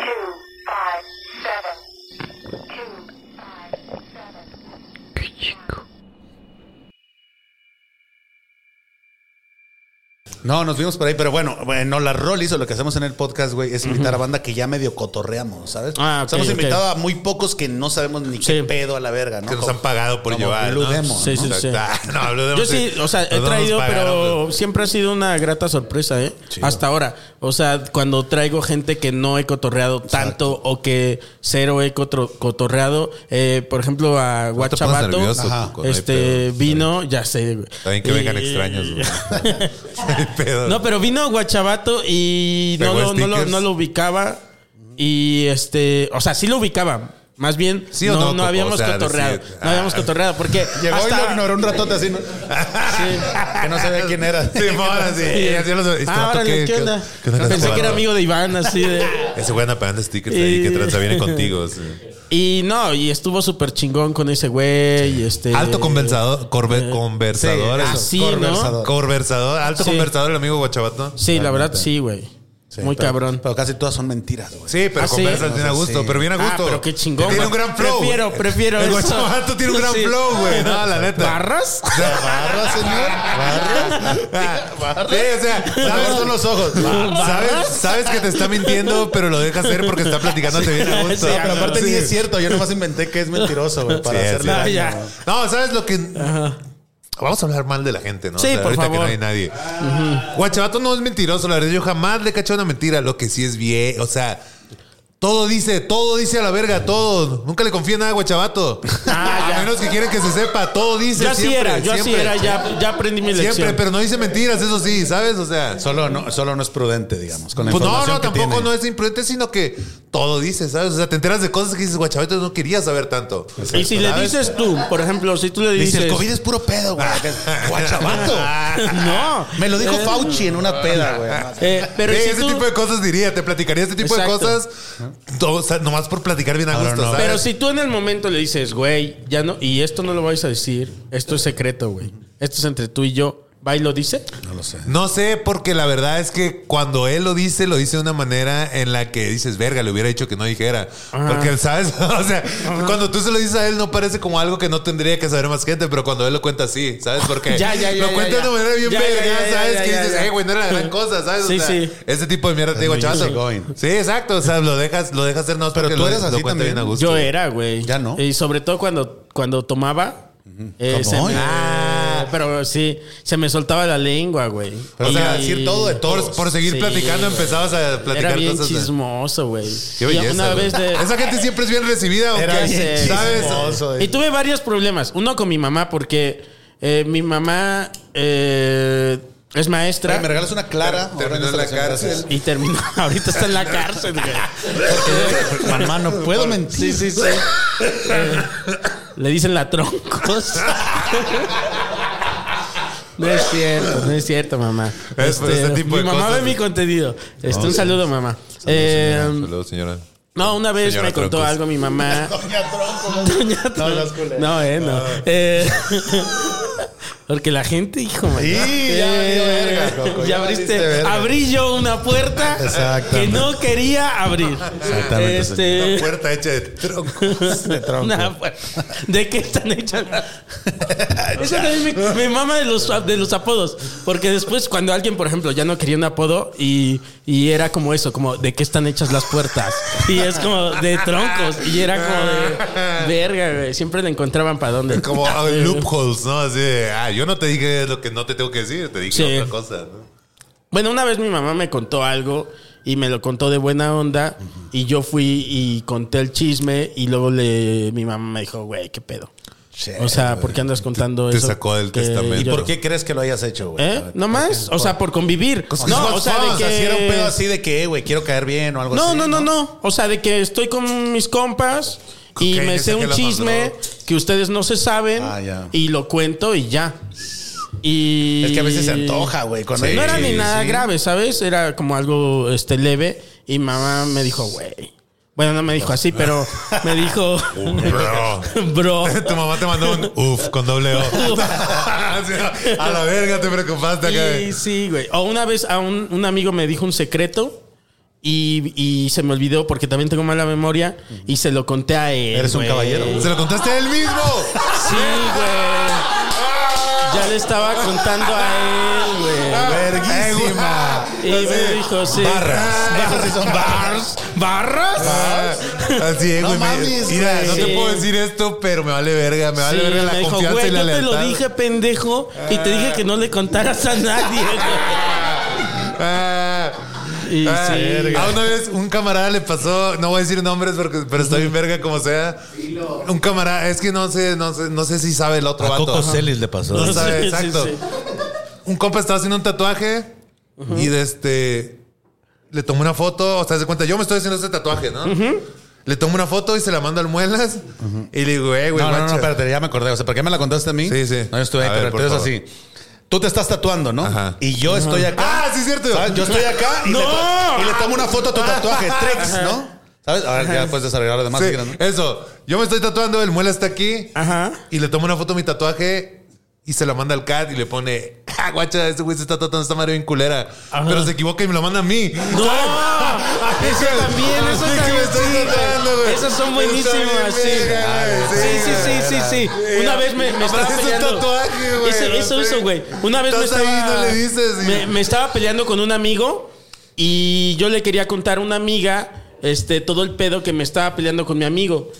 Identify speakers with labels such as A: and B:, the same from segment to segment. A: Two, five, seven. Two, five, seven.
B: No, nos vimos por ahí, pero bueno, bueno, la Rollis o lo que hacemos en el podcast, güey, es invitar a banda que ya medio cotorreamos, ¿sabes?
C: Ah, ok,
B: Estamos
C: ok.
B: invitados a muy pocos que no sabemos ni
C: Sí.
B: qué pedo a la verga, ¿no?
D: Que nos
B: Como-
D: han pagado por
B: como
D: llevar.
B: Blue
D: ¿no?
B: Demon,
C: Sí,
B: ¿no?
C: sí,
D: O
C: sí.
D: sea, ah, no, Blue Demon
C: Yo sí, o sea, he
D: Los dos nos
C: traído,
D: pagaron,
C: pero siempre ha sido una grata sorpresa, ¿eh? Hasta ahora. O sea, cuando traigo gente que no he cotorreado tanto o que cero he cotro- cotorreado, eh, por ejemplo, a
D: te pongas
C: Guachabato,
D: nervioso, Cuco, no hay
C: este
D: pedo.
C: vino, ya sé, güey.
D: Está bien que vengan extraños, güey. Hay pedo.
C: No, pero vino Guachabato y no
D: Pegó
C: lo, no, lo,
D: stickers.
C: no lo ubicaba. Y este, o sea, sí lo ubicaba. Más bien,
D: ¿Sí o
C: no,
D: no,
C: no,
D: Coco?
C: habíamos
D: O sea,
C: cotorreado.
D: decir,
C: No habíamos
D: ah.
C: cotorreado porque.
B: Llegó
C: hasta-
B: y lo ignoró un ratote así, ¿no?
C: Sí.
B: Que no sabía quién era.
D: Simón, así. y así los- este
C: Ah,
D: vato,
C: órale, ¿qué, onda? Pensé que era amigo de Iván, así de.
D: Ese güey anda pagando stickers ahí Este, que transa viene contigo. sí.
C: Y no, y estuvo súper chingón con ese güey. y Este,
D: Alto conversador, corbe- Ah, conversador.
C: sí,
D: eso.
C: así, ¿no?
D: Conversador. Conversador, alto
C: Sí.
D: conversador el amigo Guachabato.
C: Sí, la verdad, sí, güey. Muy
B: pero-
C: cabrón.
B: Pero casi todas son mentiras, güey.
D: Sí, pero
C: Ah, sí.
D: conversas bien a
B: Sí.
D: gusto, pero bien a gusto.
C: Ah, pero qué chingón.
D: Tiene
C: güey.
D: un gran flow.
C: Prefiero,
D: güey.
C: prefiero
D: El
C: eso.
D: Guachabato tiene un gran
C: Sí.
D: flow, güey. No, la neta.
C: ¿Barras?
B: Barra, señor.
D: Ah, Sí, o sea, sabes
B: Barra.
D: son los ojos. Sabes, sabes que te está mintiendo, pero lo dejas hacer porque está platicándote bien a gusto.
C: Sí,
B: Pero aparte
D: Sí.
B: ni es cierto, yo nomás inventé que es mentiroso, güey, para
D: Sí,
B: hacerle
D: sí.
C: Ah,
B: daño.
C: ya.
D: No, ¿sabes lo que...? Vamos a hablar mal de la gente, ¿no?
C: Sí, por
D: ahorita
C: favor.
D: que no hay nadie. Guachabato no es mentiroso, la verdad. Yo jamás le caché una mentira. Lo que sí es bien, o sea... Todo dice, todo dice a la verga, todo. Nunca le confía nada a Guachabato.
C: Ah, ya.
D: a menos que quieren que se sepa, todo dice
C: Yo así
D: siempre,
C: era, yo así
D: siempre.
C: era, ya, ya aprendí mi lección.
D: Siempre, pero no dice mentiras, eso sí, ¿sabes? O sea...
B: Solo no, solo no es prudente, digamos. Con la
D: Pues no,
B: información
D: no,
B: que
D: tampoco
B: tiene.
D: no es imprudente, sino que todo dices, ¿sabes? O sea, te enteras de cosas que dices, guachavete, no quería saber tanto.
C: Y si le dices tú, por ejemplo, si tú le dices.
B: Dice, el COVID es puro pedo, güey. Ah, Guachabato.
C: No.
B: Me lo dijo
C: Eh,
B: Fauci en una
D: Ah,
B: peda, güey.
C: eh, pero
D: Sí,
C: si
D: ese
C: tú-
D: tipo de cosas diría, te platicaría ese tipo
C: Exacto.
D: de cosas, to- o sea, nomás por platicar bien a
B: Ahora
D: gusto,
B: no.
D: ¿sabes?
C: Pero si tú en el momento le dices, güey, ya no, y esto no lo vais a decir, esto es secreto, güey. Esto es entre tú y yo. ¿Va y lo dice?
B: No lo sé.
D: No sé, porque la verdad es que cuando él lo dice, lo dice de una manera en la que dices, verga, le hubiera dicho que no dijera. Porque, ¿sabes? o sea, cuando tú se lo dices a él, no parece como algo que no tendría que saber más gente, pero cuando él lo cuenta así, ¿sabes? Porque
C: Ya, ya, ya,
D: lo
C: ya,
D: cuenta
C: ya.
D: de una manera bien
C: Ya, ya,
D: verga,
C: ya, ya,
D: ¿sabes?
C: ya,
D: que
C: ya,
D: dices,
C: ya.
D: hey, güey, no era la gran cosa, ¿sabes? O
C: Sí,
D: sea,
C: sí.
D: Ese tipo de mierda te digo,
B: muy
D: chaval.
B: easygoing.
D: Sí, exacto. O sea, lo dejas, lo dejas hacer no
B: Pero tú eres así también.
C: Yo era, güey.
B: Ya no.
C: Y sobre todo cuando, cuando tomaba. eh, se
B: ¿Cómo?
C: me-
B: Ah.
C: pero sí, se me soltaba la lengua, güey.
D: Pero, o sea,
C: Y- pues,
D: decir todo de todos. Por, por seguir
C: Sí,
D: platicando,
C: güey.
D: empezabas a platicar
C: Era bien
D: cosas. de-
C: chismoso, güey.
D: Qué
C: Y
D: belleza,
C: una
D: güey.
C: vez de-
D: Esa gente siempre es bien recibida, aunque
C: Era bien
D: ¿sabes?
B: chismoso,
C: Y tuve varios problemas. Uno con mi mamá, porque eh, mi mamá eh, es maestra.
B: Oye, me regalas una clara.
D: Terminó
B: Ahora
D: en la
B: esta ocasión,
D: cárcel.
C: y terminó. Ahorita está en la cárcel, güey.
B: gracias. Mamá, no puedo mentir.
C: Sí, sí, sí. Eh, le dicen la troncos. No es cierto, no es cierto, mamá. Este,
D: Es por
B: este
D: ese tipo
C: mi
D: de
C: mamá
D: cosas.
C: ve mi contenido. Este, un saludo, mamá. Eh,
D: Saludos, señora.
C: no, una vez
D: Señora
C: me contó
D: Troncos.
C: algo mi mamá.
B: Doña Tronco.
C: Doña eh,
B: No,
C: Tron-
B: las culeras.
C: No, eh, no. Eh, Porque la gente, hijo, man,
B: Sí, ya valió verga, Coco,
C: ya,
B: ya
C: abriste,
B: valiste verga.
C: abrí yo una puerta que
B: Exactamente.
C: no quería abrir.
B: Exactamente,
C: Este,
D: Una puerta hecha Este de troncos.
B: De tronco.
C: Una puerta. pues, ¿De qué están hechas? Eso también me, me mama de los, de los apodos. Porque después, cuando alguien, por ejemplo, ya no quería un apodo y, y era como eso, como de qué están hechas las puertas. Y es como de troncos. Y era como de verga, güey. Siempre le encontraban para dónde.
D: Como ah,
C: Eh,
D: loopholes, ¿no? Así de, ah, yo no te dije lo que no te tengo que decir, te dije
C: Sí.
D: otra cosa, ¿no?
C: Bueno, una vez mi mamá me contó algo y me lo contó de buena onda y yo fui y conté el chisme y luego le mi mamá me dijo, güey, qué pedo.
B: Che,
C: o sea,
B: güey.
C: ¿por qué andas contando
D: te
C: eso?
D: sacó del
C: que-
D: testamento.
C: y-
D: ¿Y
B: ¿Por qué Ah, crees que lo hayas hecho, güey?
C: ¿Eh? ¿No más? O sea, por convivir. No, o sea, de que...
B: si era un pedo así de que, eh, güey, quiero caer bien o algo
C: No,
B: así.
C: no, no, no. O sea, de que estoy con mis compas y
D: Ok,
C: me
D: esa
C: sé
D: que
C: un
D: la
C: chisme
D: mandó.
C: que ustedes no se saben
B: Ah, ya.
C: y lo cuento y ya. Y
B: Es que a veces se antoja, güey, cuando-
C: no era ni
B: Sí,
C: nada
B: sí.
C: grave, ¿sabes? Era como algo este leve y mamá me dijo, "Güey." Bueno, no me dijo así, pero me dijo,
D: Bro.
C: "Bro."
D: Tu mamá te mandó un uf con doble O. Así, A la verga te preocupaste acá.
C: Sí, sí, güey. O una vez a un, un amigo me dijo un secreto y, y se me olvidó porque también tengo mala memoria y se lo conté a él.
B: Eres un
C: güey.
B: caballero.
D: Se lo contaste a él mismo.
C: Sí, güey. Ya le estaba contando a él, güey.
D: Verguísima.
C: Y me dijo, sí.
B: Barras. Esos sí son
C: Barras. ¿Barras?
D: Ah, Así es,
B: No
D: güey. me-
B: mames,
D: Mira,
B: güey.
D: no
C: Sí.
D: te puedo decir esto, pero me vale verga. Me vale
C: Sí,
D: verga la
C: me dijo,
D: confianza
C: güey,
D: y la
C: yo te
D: lealtad.
C: lo dije, pendejo, y te dije que no le contaras a nadie,
D: Ah,
C: güey. Y
D: ah,
C: sí.
D: A una vez un camarada le pasó, no voy a decir nombres porque, pero está bien verga como sea. Un camarada, es que no sé, no sé, no sé si sabe el otro
B: A
D: vato.
B: Coco Celis le
D: No
B: pasó.
C: Sí,
D: sabe,
C: sí,
D: exacto.
C: sí.
D: Un compa estaba haciendo un tatuaje y de este le tomó una foto, o sea, se cuenta, yo me estoy haciendo este tatuaje, ¿no? Le tomó una foto y se la mando al Muelas y le digo, eh, güey,
B: No, no, no,
D: guacha".
B: espérate, ya me acordé. O sea, ¿por qué me la contaste a mí?
D: Sí, sí.
B: No, yo estuve ahí,
D: A
B: pero
D: ver, por
B: entonces
D: favor.
B: así. Tú te estás tatuando, ¿no?
D: Ajá.
B: Y yo estoy acá.
D: Ah, sí, es cierto. Ah.
B: ¿Sabes? Yo estoy acá y,
C: ¡No!
B: le, to- y le tomo una foto a tu tatuaje, Trex, ¿no? ¿Sabes? Ahora ya puedes desarrollar lo demás.
D: Sí,
B: si quieres, ¿no?
D: Eso, yo me estoy tatuando, el Muelas está aquí
C: Ajá.
D: y le tomo una foto a mi tatuaje y se la manda al cat y le pone, ah, guacha, ese güey se está tatuando esta madre bien culera. Pero se equivoca y me lo manda a mí.
C: No, eso también, eso
D: Sí, que
C: también.
D: me estoy
C: sí, güey.
D: tratando, güey.
C: Esas son
D: Está
C: buenísimas,
D: bien
C: sí.
D: verga,
C: Sí,
D: güey.
C: sí, sí, sí, sí. Una vez me, me estaba
D: Aparece un
C: peleando.
D: tatuaje, güey.
C: Eso, eso, eso, güey. Una vez me
D: Estás
C: estaba.
D: ahí, no le dices, y-
C: me, me estaba peleando con un amigo y yo le quería contar a una amiga. Este, todo el pedo que me estaba peleando con mi amigo.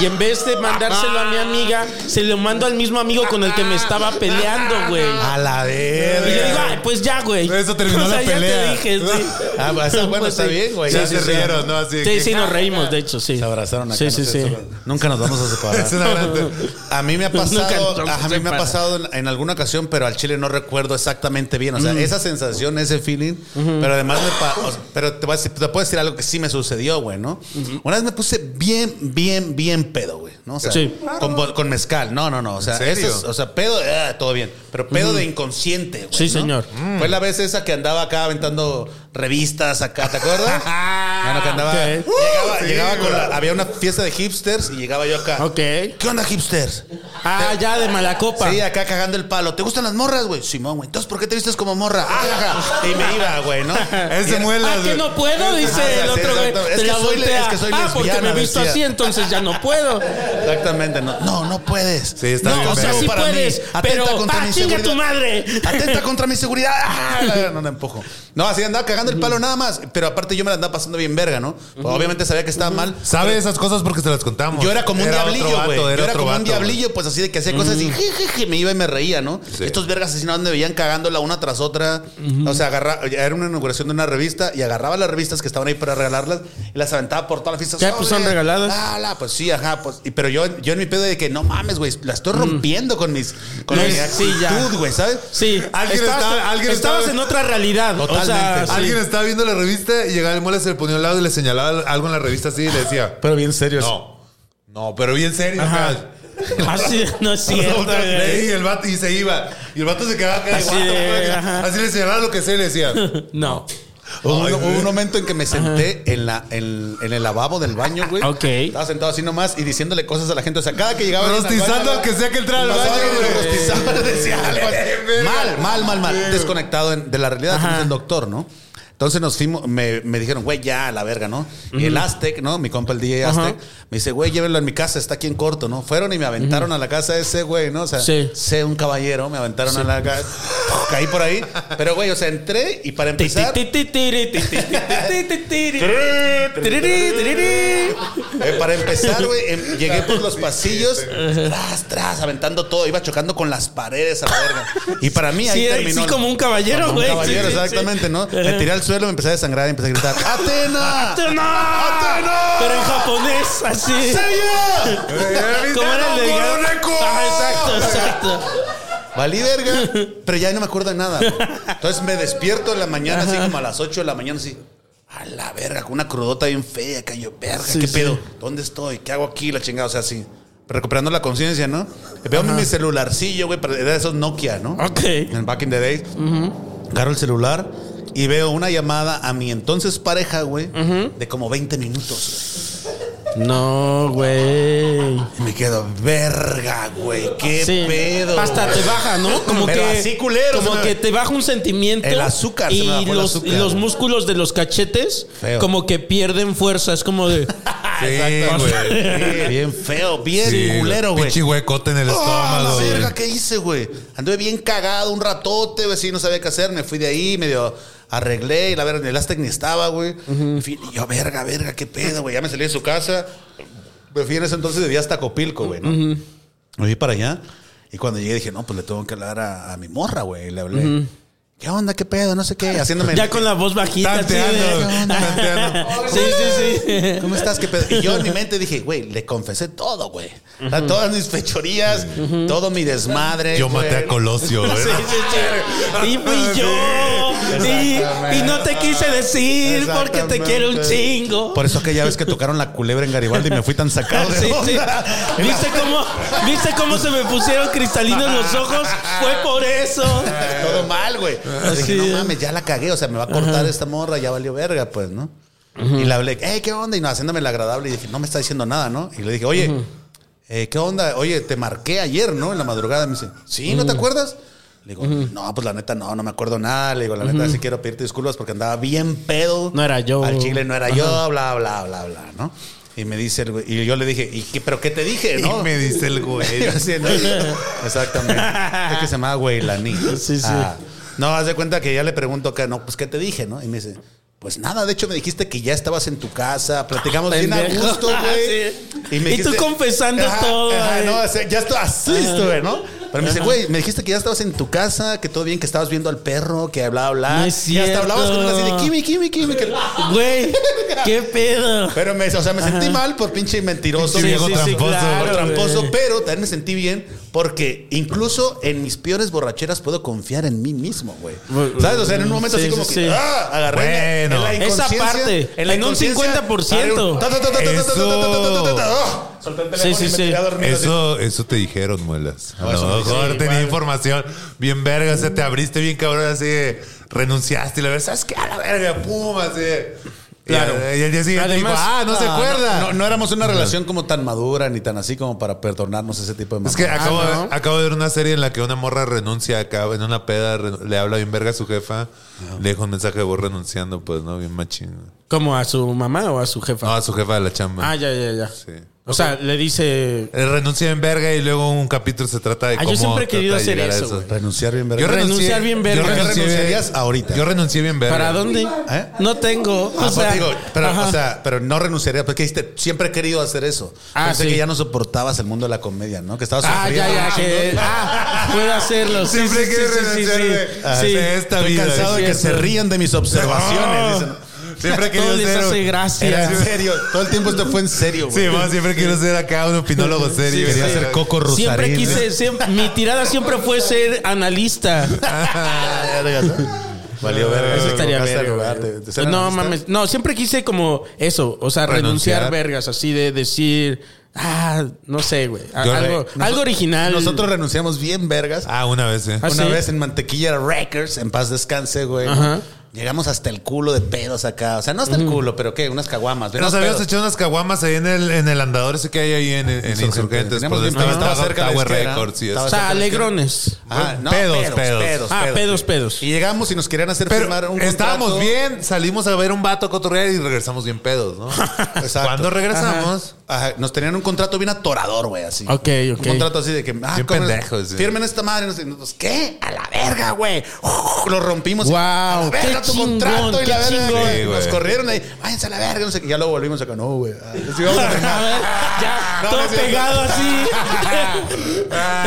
C: Y en vez de mandárselo a mi amiga, se lo mando al mismo amigo con el que me estaba peleando, güey.
B: A la
C: Y yo digo,
B: verga.
C: "Ay, pues ya, güey.
D: Eso terminó la pelea.
C: Ya te dije, sí.
B: Ah, pues, está bueno,
C: Pues
B: está
C: sí.
B: bien, güey.
D: Ya
B: Sí,
D: se
B: sí, sí.
D: rieron, ¿no? Así
C: Sí,
D: que-
C: sí, nos reímos, de hecho, sí.
B: Se abrazaron acá.
C: Sí,
B: no
C: sí,
B: sé,
C: sí.
B: se- Nunca nos vamos a
D: Es un
B: separar.
D: abrazo.
B: A mí me ha
C: Nunca nos
B: pasado,
C: vamos a
B: a mí me ha
C: separar.
B: pasado en, en alguna ocasión, pero al chile no recuerdo exactamente bien. O
C: Mm.
B: sea, esa sensación, ese feeling, pero además me pa- o sea, pero te, voy a decir- te puedo decir algo que sí me sucedió, güey, ¿no? Una vez me puse bien, bien, bien pedo, güey, ¿no? O sea,
C: Sí.
B: con, bo- con mezcal. No, no, no. O sea,
D: ¿En serio?
B: eso es- o sea pedo, ah, todo bien. Pero pedo de inconsciente, güey.
C: Sí,
B: ¿no?
C: señor.
B: Fue la vez esa que andaba acá aventando revistas acá, ¿te acuerdas? Bueno, que andaba.
C: Ok.
B: Llegaba,
D: Sí,
B: llegaba con la-
D: güey.
B: había una fiesta de hipsters y llegaba yo acá.
C: Ok.
B: ¿Qué onda, hipsters?
C: Ah, ya de mala copa.
B: Sí, acá cagando el palo. ¿Te gustan las morras, güey? Simón, güey. Entonces, ¿por qué te vistes como morra? Ajaja. Y me iba, güey, ¿no? Y
D: Ese
B: era-
D: muelas.
C: Ah, que no puedo, dice
B: Ah,
C: el
B: sí,
C: otro güey.
B: exacto. Es
C: Te
B: que
C: la
B: soy-
C: voltea.
B: es que soy
C: ah, porque me
B: lesbiana,
C: he visto
B: decía.
C: así, entonces ya no puedo.
B: Exactamente, no. No, no puedes.
D: Sí, está bien
C: No, o sea,
D: Pero
C: sí
B: para mí.
C: puedes,
B: Atenta
C: pero
B: contra
C: ah,
B: mi
C: chinga tu
B: seguridad.
C: madre.
B: Atenta contra mi seguridad. ¡Ah! La verga, No la empujo. No, así andaba cagando el palo nada más. Pero aparte yo me la andaba pasando bien verga, ¿no? Pues, Obviamente sabía que estaba mal.
D: Sabe esas cosas porque se las contamos.
B: Yo era como un
D: otro
B: diablillo,
D: vato,
B: güey. Yo
D: Era
B: era
D: otro
B: como un
D: vato, güey.
B: diablillo, pues así de que hacía cosas
C: Mm.
B: y jijiji, me iba y me reía, ¿no?
D: Sí.
B: Estos vergas asesinados me veían cagándola una tras otra. O sea, agarra, era una inauguración de una revista y agarraba las revistas que estaban ahí para regalarlas y las aventaba por todas las fiestas.
C: Ya, pues, son
B: ¡Ole!
C: regaladas.
B: Ah, la, pues sí, ajá. Pues, y- pero yo, yo en mi pedo de que no mames, güey, la estoy rompiendo con mis. Con
C: Mm. No,
B: mi
C: sí, ya.
B: actitud, güey, ¿sabes?
C: Sí,
D: Alguien
C: estabas,
D: estaba- alguien
C: estabas
D: estaba-
C: en otra realidad. O sea,
B: Totalmente,
C: sí.
D: Alguien estaba viendo la revista y llegaba el muelas, se le ponía al lado y le señalaba algo en la revista así y le decía.
B: Pero bien serio.
D: No. No, pero bien serio. o sea,
C: Ajá. Así, no es cierto,
D: Sí,
C: güey.
D: y el vato y se iba. Y el vato se quedaba acá de,
C: Así
D: "What the
C: de,
D: fuck?"
C: ajá.
D: Así le señalaba lo que sea y le decía.
C: No.
D: Hubo un- hubo un momento en que me senté en, la, en, en el lavabo del baño, güey.
C: Ok.
D: Estaba sentado así nomás y diciéndole cosas a la gente. O sea, cada que llegaba. alguien al
B: Rostizando
D: baño,
B: al que sea que entrara al
D: pasaba
B: baño,
D: alguien y
B: güey.
D: rostizaba, decía algo así.
B: Eh,
D: Mal, mal, mal, mal.
B: Sí.
D: Desconectado en- de la realidad como
C: Ajá.
D: dice el doctor, ¿no? Entonces nos fuimos, me, me dijeron, güey, ya, a la verga, ¿no? Y el Aztec, ¿no? Mi compa el DJ Aztec, me dice, güey, llévenlo en mi casa, está aquí en corto, ¿no? Fueron y me aventaron a la casa de ese, güey, ¿no? O sea,
C: Sí.
D: sé un caballero, me aventaron a la casa, caí por ahí. Pero, güey, o sea, entré y para
C: Ti, ti,
D: empezar...
C: ti, ti, tiri, ti, ti, ti, ti, ti, tiri. Tiriri, tiriri.
D: Eh, para empezar, güey, em, llegué por los pasillos, tras, tras, aventando todo, iba chocando con las paredes a la verga. Y para mí ahí
C: Sí, eh,
D: terminó.
C: sí, como un caballero,
D: Como un
C: güey.
D: caballero,
C: Sí, sí,
D: exactamente,
C: sí.
D: ¿no? Me tiré al suelo, me empecé a desangrar y empecé a gritar: ¡Atena!
C: ¡Atena!
D: ¡Atena!
C: Pero en japonés, así. Como era el de Ah, exacto, exacto.
D: Valí verga, pero ya no me acuerdo de nada. güey. Entonces me despierto en la mañana, así como a las 8 de la mañana, así. A la verga, con una crudota bien fea, que yo, verga,
C: Sí,
D: ¿qué
C: sí.
D: pedo? ¿Dónde estoy? ¿Qué hago aquí? La chingada, o sea, así. Recuperando la conciencia, ¿no? Veo mi celularcillo, güey, pero era de esos Nokia, ¿no?
C: Ok.
D: En el back in the days. Agarro el celular y veo una llamada a mi entonces pareja, güey, de como 20 minutos, güey.
C: No, güey.
D: Y me quedo, verga, güey, qué
C: Sí.
D: pedo.
C: Hasta te
D: güey".
C: baja, ¿no? Como
D: Pero
C: que.
D: así culero, se
C: Como
D: me-
C: que te baja un sentimiento.
D: El azúcar, se
C: Y
D: me bajó el
C: los,
D: azúcar.
C: y los músculos de los cachetes,
D: Feo.
C: como que pierden fuerza. Es como de.
B: Sí, güey.
D: Sí, bien feo, bien
B: Sí,
D: culero, güey.
B: Pinche huecote en el
D: Ah,
B: estómago.
D: la
B: güey.
D: verga, ¿qué hice, güey? Anduve bien cagado un ratote, güey, sí, no sabía qué hacer. Me fui de ahí, medio arreglé y la verga, ni el Aztec ni estaba, güey. En fin, y yo, verga, verga, qué pedo, güey. Ya me salí de su casa. Me fui en ese entonces de día hasta Copilco, güey, ¿no? Me fui para allá y cuando llegué dije, no, pues le tengo que hablar a, a mi morra, güey. Y le hablé. ¿Qué onda? ¿Qué pedo? No sé qué. Haciéndome.
C: Ya con la voz bajita. así de-
B: Tanteando, tanteando.
C: Sí, sí, sí.
D: ¿Cómo estás? ¿Qué pedo? Y yo en mi mente dije, güey, le confesé todo, güey. O sea, Todas mis fechorías, todo mi desmadre.
B: Yo maté
D: güey.
B: a Colosio, güey.
C: Sí, sí, sí. Y fui yo. Sí, y no te quise decir porque te quiero un chingo.
D: Por eso aquella vez que tocaron la culebra en Garibaldi me fui tan sacado de
C: Sí, sí.
D: onda.
C: ¿Viste cómo, ¿Viste cómo se me pusieron cristalinos los ojos? Fue por eso.
D: Todo mal, güey.
C: Así
D: Dije, no
C: es.
D: mames, ya la cagué. O sea, me va a cortar esta morra, ya valió verga, pues, ¿no? Y le hablé, hey, ¿qué onda? Y no, haciéndome la agradable. Y dije, no me está diciendo nada, ¿no? Y le dije, oye, eh, ¿qué onda? Oye, te marqué ayer, ¿no? En la madrugada. Me dice, ¿sí? ¿No te acuerdas? Le digo, no, pues la neta, no, no me acuerdo nada. Le digo, la neta, sí quiero pedirte disculpas porque andaba bien pedo.
C: No era yo.
D: Al chile no era yo, bla, bla, bla, bla, ¿no? Y me dice el güey, y yo le dije, ¿y qué, pero qué te dije, no?
B: Y me dice el güey.
D: Yo así, ¿no? Exactamente. Es que se llamaba Güeylani.
C: Sí, sí.
D: Ah. No, haz de cuenta que ya le pregunto que no, pues qué te dije, ¿no? Y me dice, pues nada, de hecho me dijiste que ya estabas en tu casa, platicamos bien a
C: Pendejo. Ah,
D: gusto, güey.
C: Sí. Y tú confesando
D: Ajá,
C: todo,
D: ajá,
C: eh.
D: no, o sea, ya estoy así, estuve, ¿no? Pero me dice, güey, me dijiste que ya estabas en tu casa, que todo bien, que estabas viendo al perro, que bla, bla.
C: No es
D: y hasta
C: cierto.
D: hablabas con él así de Kimi, Kimi, Kimi. que-
C: Güey, qué pedo.
D: Pero me, o sea, me sentí mal por pinche mentiroso.
B: Sí, viejo tramposo,
D: Por tramposo,
C: güey.
D: pero también me sentí bien porque incluso en mis peores borracheras puedo confiar en mí mismo, güey.
C: Güey,
D: ¿Sabes? O sea, en un momento
C: sí,
D: así como
C: sí,
D: que
C: sí.
D: ¡ah! agarré en la-
B: Bueno.
D: en la
C: Esa
D: inconsciencia,
C: parte,
D: la
C: en un
D: inconsciencia,
C: 50%.
D: agarré un ta, ta, ta, ta, ta, ta, ta, ta, ta, ta, ta, ah, Solté el
C: Sí,
D: teléfono
C: sí,
D: y me
C: sí.
D: tiré a dormir así.
B: Eso, eso te dijeron, muelas. A
D: eso
B: lo
D: me
B: mejor
D: dijeron,
B: tenía
D: igual.
B: información bien verga, o sea, te abriste bien cabrón, así de, renunciaste y la verdad, ¿sabes qué? A la verga, pum, así de- y
D: Claro.
B: al- Y, al día siguiente
C: Además,
B: dijo, ah, no, se
D: Ah,
B: acuerda.
D: No, no- no éramos una relación como tan madura ni tan así como para perdonarnos ese tipo de
B: Es que
D: mamadas.
B: acabo,
C: Ah, ¿no?
B: acabo de ver una serie en la que una morra renuncia acá, en una peda, re- le habla bien verga a su jefa, le deja un mensaje de voz renunciando, pues, ¿no? Bien machín.
D: Ah,
C: ¿Como a su mamá o a su jefa?
B: No, a su jefa de la chamba.
C: Ah, ya, ya, ya.
B: Sí.
C: O sea, le dice.
B: Eh, Renuncia en verga y luego un capítulo se trata de
C: Ah, yo
B: cómo
C: siempre he
B: trata
C: querido
B: de
C: hacer
B: llegar a
C: eso, güey.
D: Renunciar bien,
B: Yo
D: verga.
B: renuncié,
C: Renunciar bien verga.
B: Yo renuncié,
D: ¿Qué renunciarías ahorita?
B: Yo renuncié bien verga.
C: ¿Para dónde?
D: ¿Eh?
C: No tengo.
D: Ah,
C: O sea,
D: pues digo, pero,
C: ajá.
D: o sea, pero no renunciaría, porque dijiste, siempre he querido hacer eso.
C: Ah,
D: Pensé
C: sí.
D: que ya no soportabas el mundo de la comedia, ¿no? Que estabas
C: Ah, ya,
D: sufriendo.
C: ya, que. Ah, puedo hacerlo. Sí,
B: Siempre
C: sí,
B: quiero
C: sí, sí,
B: renunciar,
C: sí,
B: güey.
C: sí.
B: Ah,
C: Sí.
B: de esta
D: Estoy
B: vida.
D: cansado de
B: es
D: que se
B: cierto.
D: rían de mis observaciones. dicen.
B: Siempre he querido
C: Todo les
B: ser-
C: hace
D: Era en
C: gracia.
D: serio. Todo el tiempo esto fue en serio, güey.
B: Sí, vamos, siempre quiero ser acá un opinólogo serio.
D: Quería ser Coco Rosarín.
C: Siempre quise, siempre- mi tirada siempre fue ser analista.
D: Ah, verga, ¿no? Valió verga.
C: Eso estaría
D: Tocaste
C: verga,
D: el lugar
C: güey.
D: de- de ser
C: No
D: analista.
C: mames, no, siempre quise como eso, o sea, renunciar,
B: Renunciar.
C: vergas, así de decir, ah, no sé, güey, a-
B: Yo-
C: algo,
B: Nosotros-
C: algo original.
D: Nosotros renunciamos bien, vergas.
B: Ah, una vez, ¿eh?
C: Ah,
D: Una
C: sí.
D: vez en Mantequilla Records, en paz descanse, güey.
C: Ajá.
B: Llegamos hasta el culo de pedos acá. O sea, no hasta el culo, pero ¿qué? Unas caguamas.
D: Nos
B: unos
D: habíamos
B: pedos.
D: hecho unas caguamas ahí en el, en el andador ese que hay ahí en, en Insurgentes.
B: Teníamos
D: por donde
B: bien
D: estaba,
B: pedo. Estaba cerca de la
D: Tower
B: disquera.
D: Records y eso.
C: O
B: Estaba-
C: sea, alegrones.
B: Ajá, no,
D: Pedos, pedos.
C: Ah, pedos, pedos.
B: Y llegamos y nos querían hacer
D: Pero
B: firmar un
D: estábamos
B: contrato.
D: bien, salimos a ver un vato a cotorrear y regresamos bien pedos, ¿no?
B: Exacto.
D: Cuando regresamos,
B: Ajá, nos tenían un contrato bien atorador, güey, así.
C: Ok, ok.
B: Un contrato así de que, ah,
D: Bien
B: ¿cómo es?
D: pendejos, sí.
B: firmen esta madre. Nos- Nosotros, ¿qué? A la verga, güey. Uf, Lo rompimos.
C: Wow,
B: A la
C: qué
B: verga tu
C: chingón,
B: contrato y
C: qué
B: la verga,
C: chingón.
B: güey.
D: Sí, güey.
B: Nos corrieron ahí, váyanse a la verga, no sé qué. Ya lo volvimos acá, no, güey. Ah, sí, vamos a
C: A
B: firmar.
C: ver, ya,
B: No,
C: todo
B: no es cierto.
C: pegado así.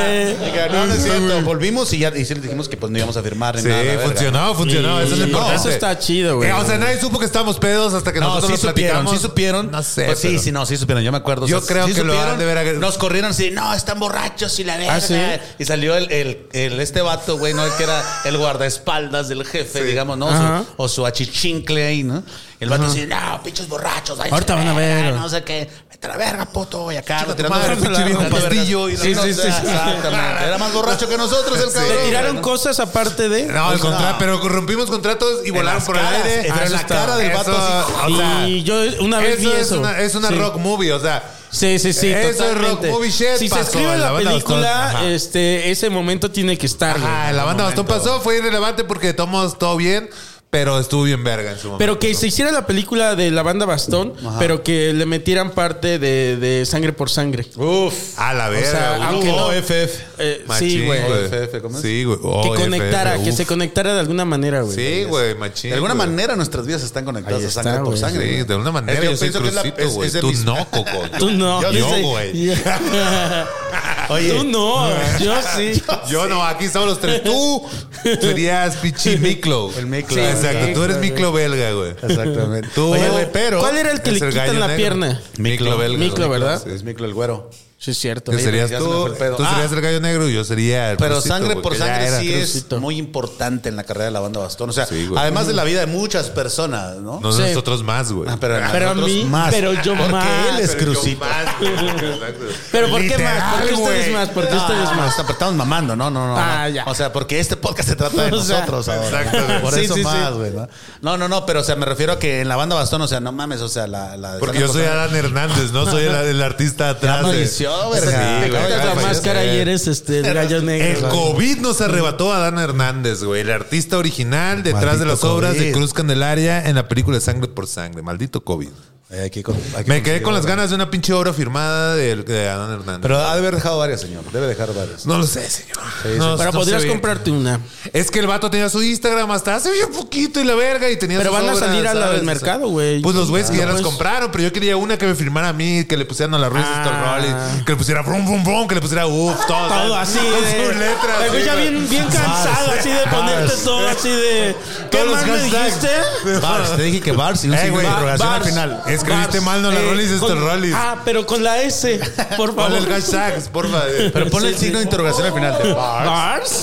C: Eh,
B: Diga, No, no es cierto. Volvimos y ya y sí les dijimos que pues no íbamos a firmar. ni
D: sí,
B: nada, la verga.
D: funcionaba, funcionaba. Eso es lo
C: Sí.
D: importante.
C: Eso está chido, güey.
D: Eh, O sea, nadie supo que estábamos pedos hasta que
B: No,
D: nosotros
B: sí
D: lo
B: supieron,
D: platicamos.
B: sí supieron.
D: No sé.
B: Pues sí,
D: pero-
B: sí, no, sí supieron. Yo me acuerdo.
D: Yo creo
B: sí
D: que lo han de ver ag-
B: Nos corrieron así, no, están borrachos y la verga.
C: ¿Ah, sí?
B: Y salió el, el- el- este vato, güey, ¿no? El que era el guardaespaldas del jefe, digamos, ¿no?
C: Ajá.
B: Su- o su achichincle ahí, ¿no? El vato así, no, pinches borrachos. váyanse
C: Ahorita
B: a la
C: van a ver.
B: verga, No sé qué. Vete a la verga, puto. Y acá,
D: Chica, tu
B: tirando
D: madre,
B: vergas a la-
D: pinche viejo
B: tirando vergas.
D: pastillo y la-
B: Sí,
D: no,
B: sí,
D: o
B: sí.
D: sea,
B: Exactamente. Era más borracho que nosotros el cabrón.
C: Le
B: güey,
C: tiraron
B: ¿no?
C: cosas aparte de.
D: No, al
B: No.
D: contrario, pero rompimos contratos y volaron
B: las
D: por el
B: caras,
D: aire.
B: entre
D: Ah, eso
B: la
D: está-
B: cara del vato
D: eso,
B: así.
D: o sea,
C: y yo una vez
D: eso
C: vi
D: es
C: eso.
D: una, es una
C: Sí.
D: rock movie, o sea.
C: Sí, sí, sí.
D: Eso es
C: totalmente.
D: rock movie shit,
C: Si
D: pasó,
C: se escribe
D: la
C: la,
D: banda bastón,
C: película,
D: ajá.
C: este, ese momento tiene que estar. güey.
D: Ajá, la banda Bastón pasó, fue irrelevante porque tomamos todo bien, pero estuvo bien verga en su momento.
C: Pero que se hiciera la película de la banda Bastón, pero que le metieran parte de, de Sangre por Sangre.
B: Uf.
D: A la verga.
C: sea,
D: güey.
C: aunque no-
D: OFF.
C: Eh,
D: Machín,
C: sí, güey.
B: OFF, ¿cómo es?
D: Sí, güey.
C: Que
D: OFF,
C: conectara, que
D: uf.
C: se conectara de alguna manera, güey.
D: Sí, güey, machín.
B: De alguna
D: güey.
B: manera nuestras vidas están conectadas
C: Ahí
B: a
C: está,
B: sangre por
C: güey.
B: sangre.
D: Sí,
B: güey.
D: de alguna manera.
B: Es que
D: yo soy
B: pienso que es la-
D: crucito,
B: es-
D: güey.
B: es de
D: Tú
B: mis-
D: no, Coco.
C: Tú no.
D: Yo,
C: dice-
D: güey.
B: Oye.
C: Tú no. Yo sí.
D: Yo no, aquí estamos los tres. Tú serías pinche Miklo.
B: El Miklo.
D: Sí, Exacto,
B: Miklo,
D: tú eres Miklo belga, güey.
B: Exactamente.
D: Tú,
B: Oye, güey, pero.
C: ¿Cuál era el que le
D: Es
C: quitan
D: gallo
C: la
D: negro.
C: pierna?
D: Miklo belga.
C: Miklo,
D: güey.
C: ¿verdad?
D: Sí.
B: Es Miclo el güero.
C: Sí, es cierto.
D: Tú serías
B: ya se me
D: tú,
B: fue el pedo.
D: tú serías
B: Ah.
D: el gallo negro y yo sería el
B: Pero
D: crucito,
B: sangre
D: güey,
B: por
D: que ya
B: sangre
D: era
B: sí
D: crucito.
B: es muy importante en la carrera de la banda Bastón. O sea,
D: Sí, güey.
B: además de la vida de muchas personas, ¿no?
D: No
C: Sí.
D: nosotros más, güey.
B: Ah, pero,
C: Pero a
B: nosotros
C: mí, pero yo
B: Porque
C: más.
B: él es
C: Pero yo
B: crucito.
C: Pero ¿por qué
D: Literal,
C: más? ¿Por qué ustedes
D: güey.
C: más? ¿Por qué ustedes
B: Ah,
C: más?
B: está- pero Estamos mamando, no, no, no.
C: Ah,
B: no.
C: ya.
B: O sea, porque este podcast se trata de
C: O sea,
B: nosotros ahora.
D: exacto, güey.
B: Por
C: Sí,
B: eso
C: sí, sí.
B: más, güey. ¿no? No, no, no, pero o sea, me refiero a que en la banda Bastón, o sea, no mames, o sea, la. la
D: Porque yo soy Adán Hernández, no soy el, el artista atrás.
B: Ya
D: de-
B: falleció, verga.
D: Sí,
B: Te
D: güey,
B: quitas
D: ya
B: la
C: La
D: falleció.
C: máscara y eres este, el gallo
D: El
C: negro.
D: COVID nos arrebató a Dan Hernández, güey. El artista original detrás
B: Maldito
D: de las obras de
B: COVID.
D: Cruz Candelaria en la película Sangre por Sangre. Maldito COVID.
B: Eh, hay que con- hay que
D: Me quedé
B: conseguir
D: con las
B: otra.
D: ganas de una pinche obra firmada de, de Adán Hernández.
B: Pero ha de haber dejado varias, señor. Debe dejar varias.
D: no lo sé, señor. No,
C: Pero
D: no
C: podrías
D: sé bien.
C: comprarte una.
D: Es que el vato tenía su Instagram hasta hace bien poquito y la verga y tenía
C: Pero
D: sus
C: van a
D: obras,
C: salir a la
D: ¿sabes?
C: del mercado, güey.
D: Pues los güeyes que ya
C: No,
D: las
C: pues.
D: compraron, pero yo quería una que me firmara a mí, que le pusieran a la Ruiz
C: Ah.
D: Rolling, que le pusiera brum brum brum, que le pusiera uff, todo.
C: Todo así.
D: Con
C: de-
D: sus letras.
C: Te
D: sí,
C: escucha
D: güey.
C: bien, bien cansado, así de ponerte todo así de. ¿Qué
D: Todos los
C: más me
D: hashtags.
C: dijiste?
B: Bars, te dije que Bars y un
D: Eh,
B: signo de
D: güey,
B: interrogación al
C: Bars.
B: final.
D: Escribiste
C: Bars.
D: mal, no la
C: Eh,
D: Rollis, esto
C: con-
D: Rollis.
C: Ah, pero con la S, por favor.
D: Ponle el hashtag, porfa. Eh,
B: Pero ponle el signo de interrogación al final de Bars.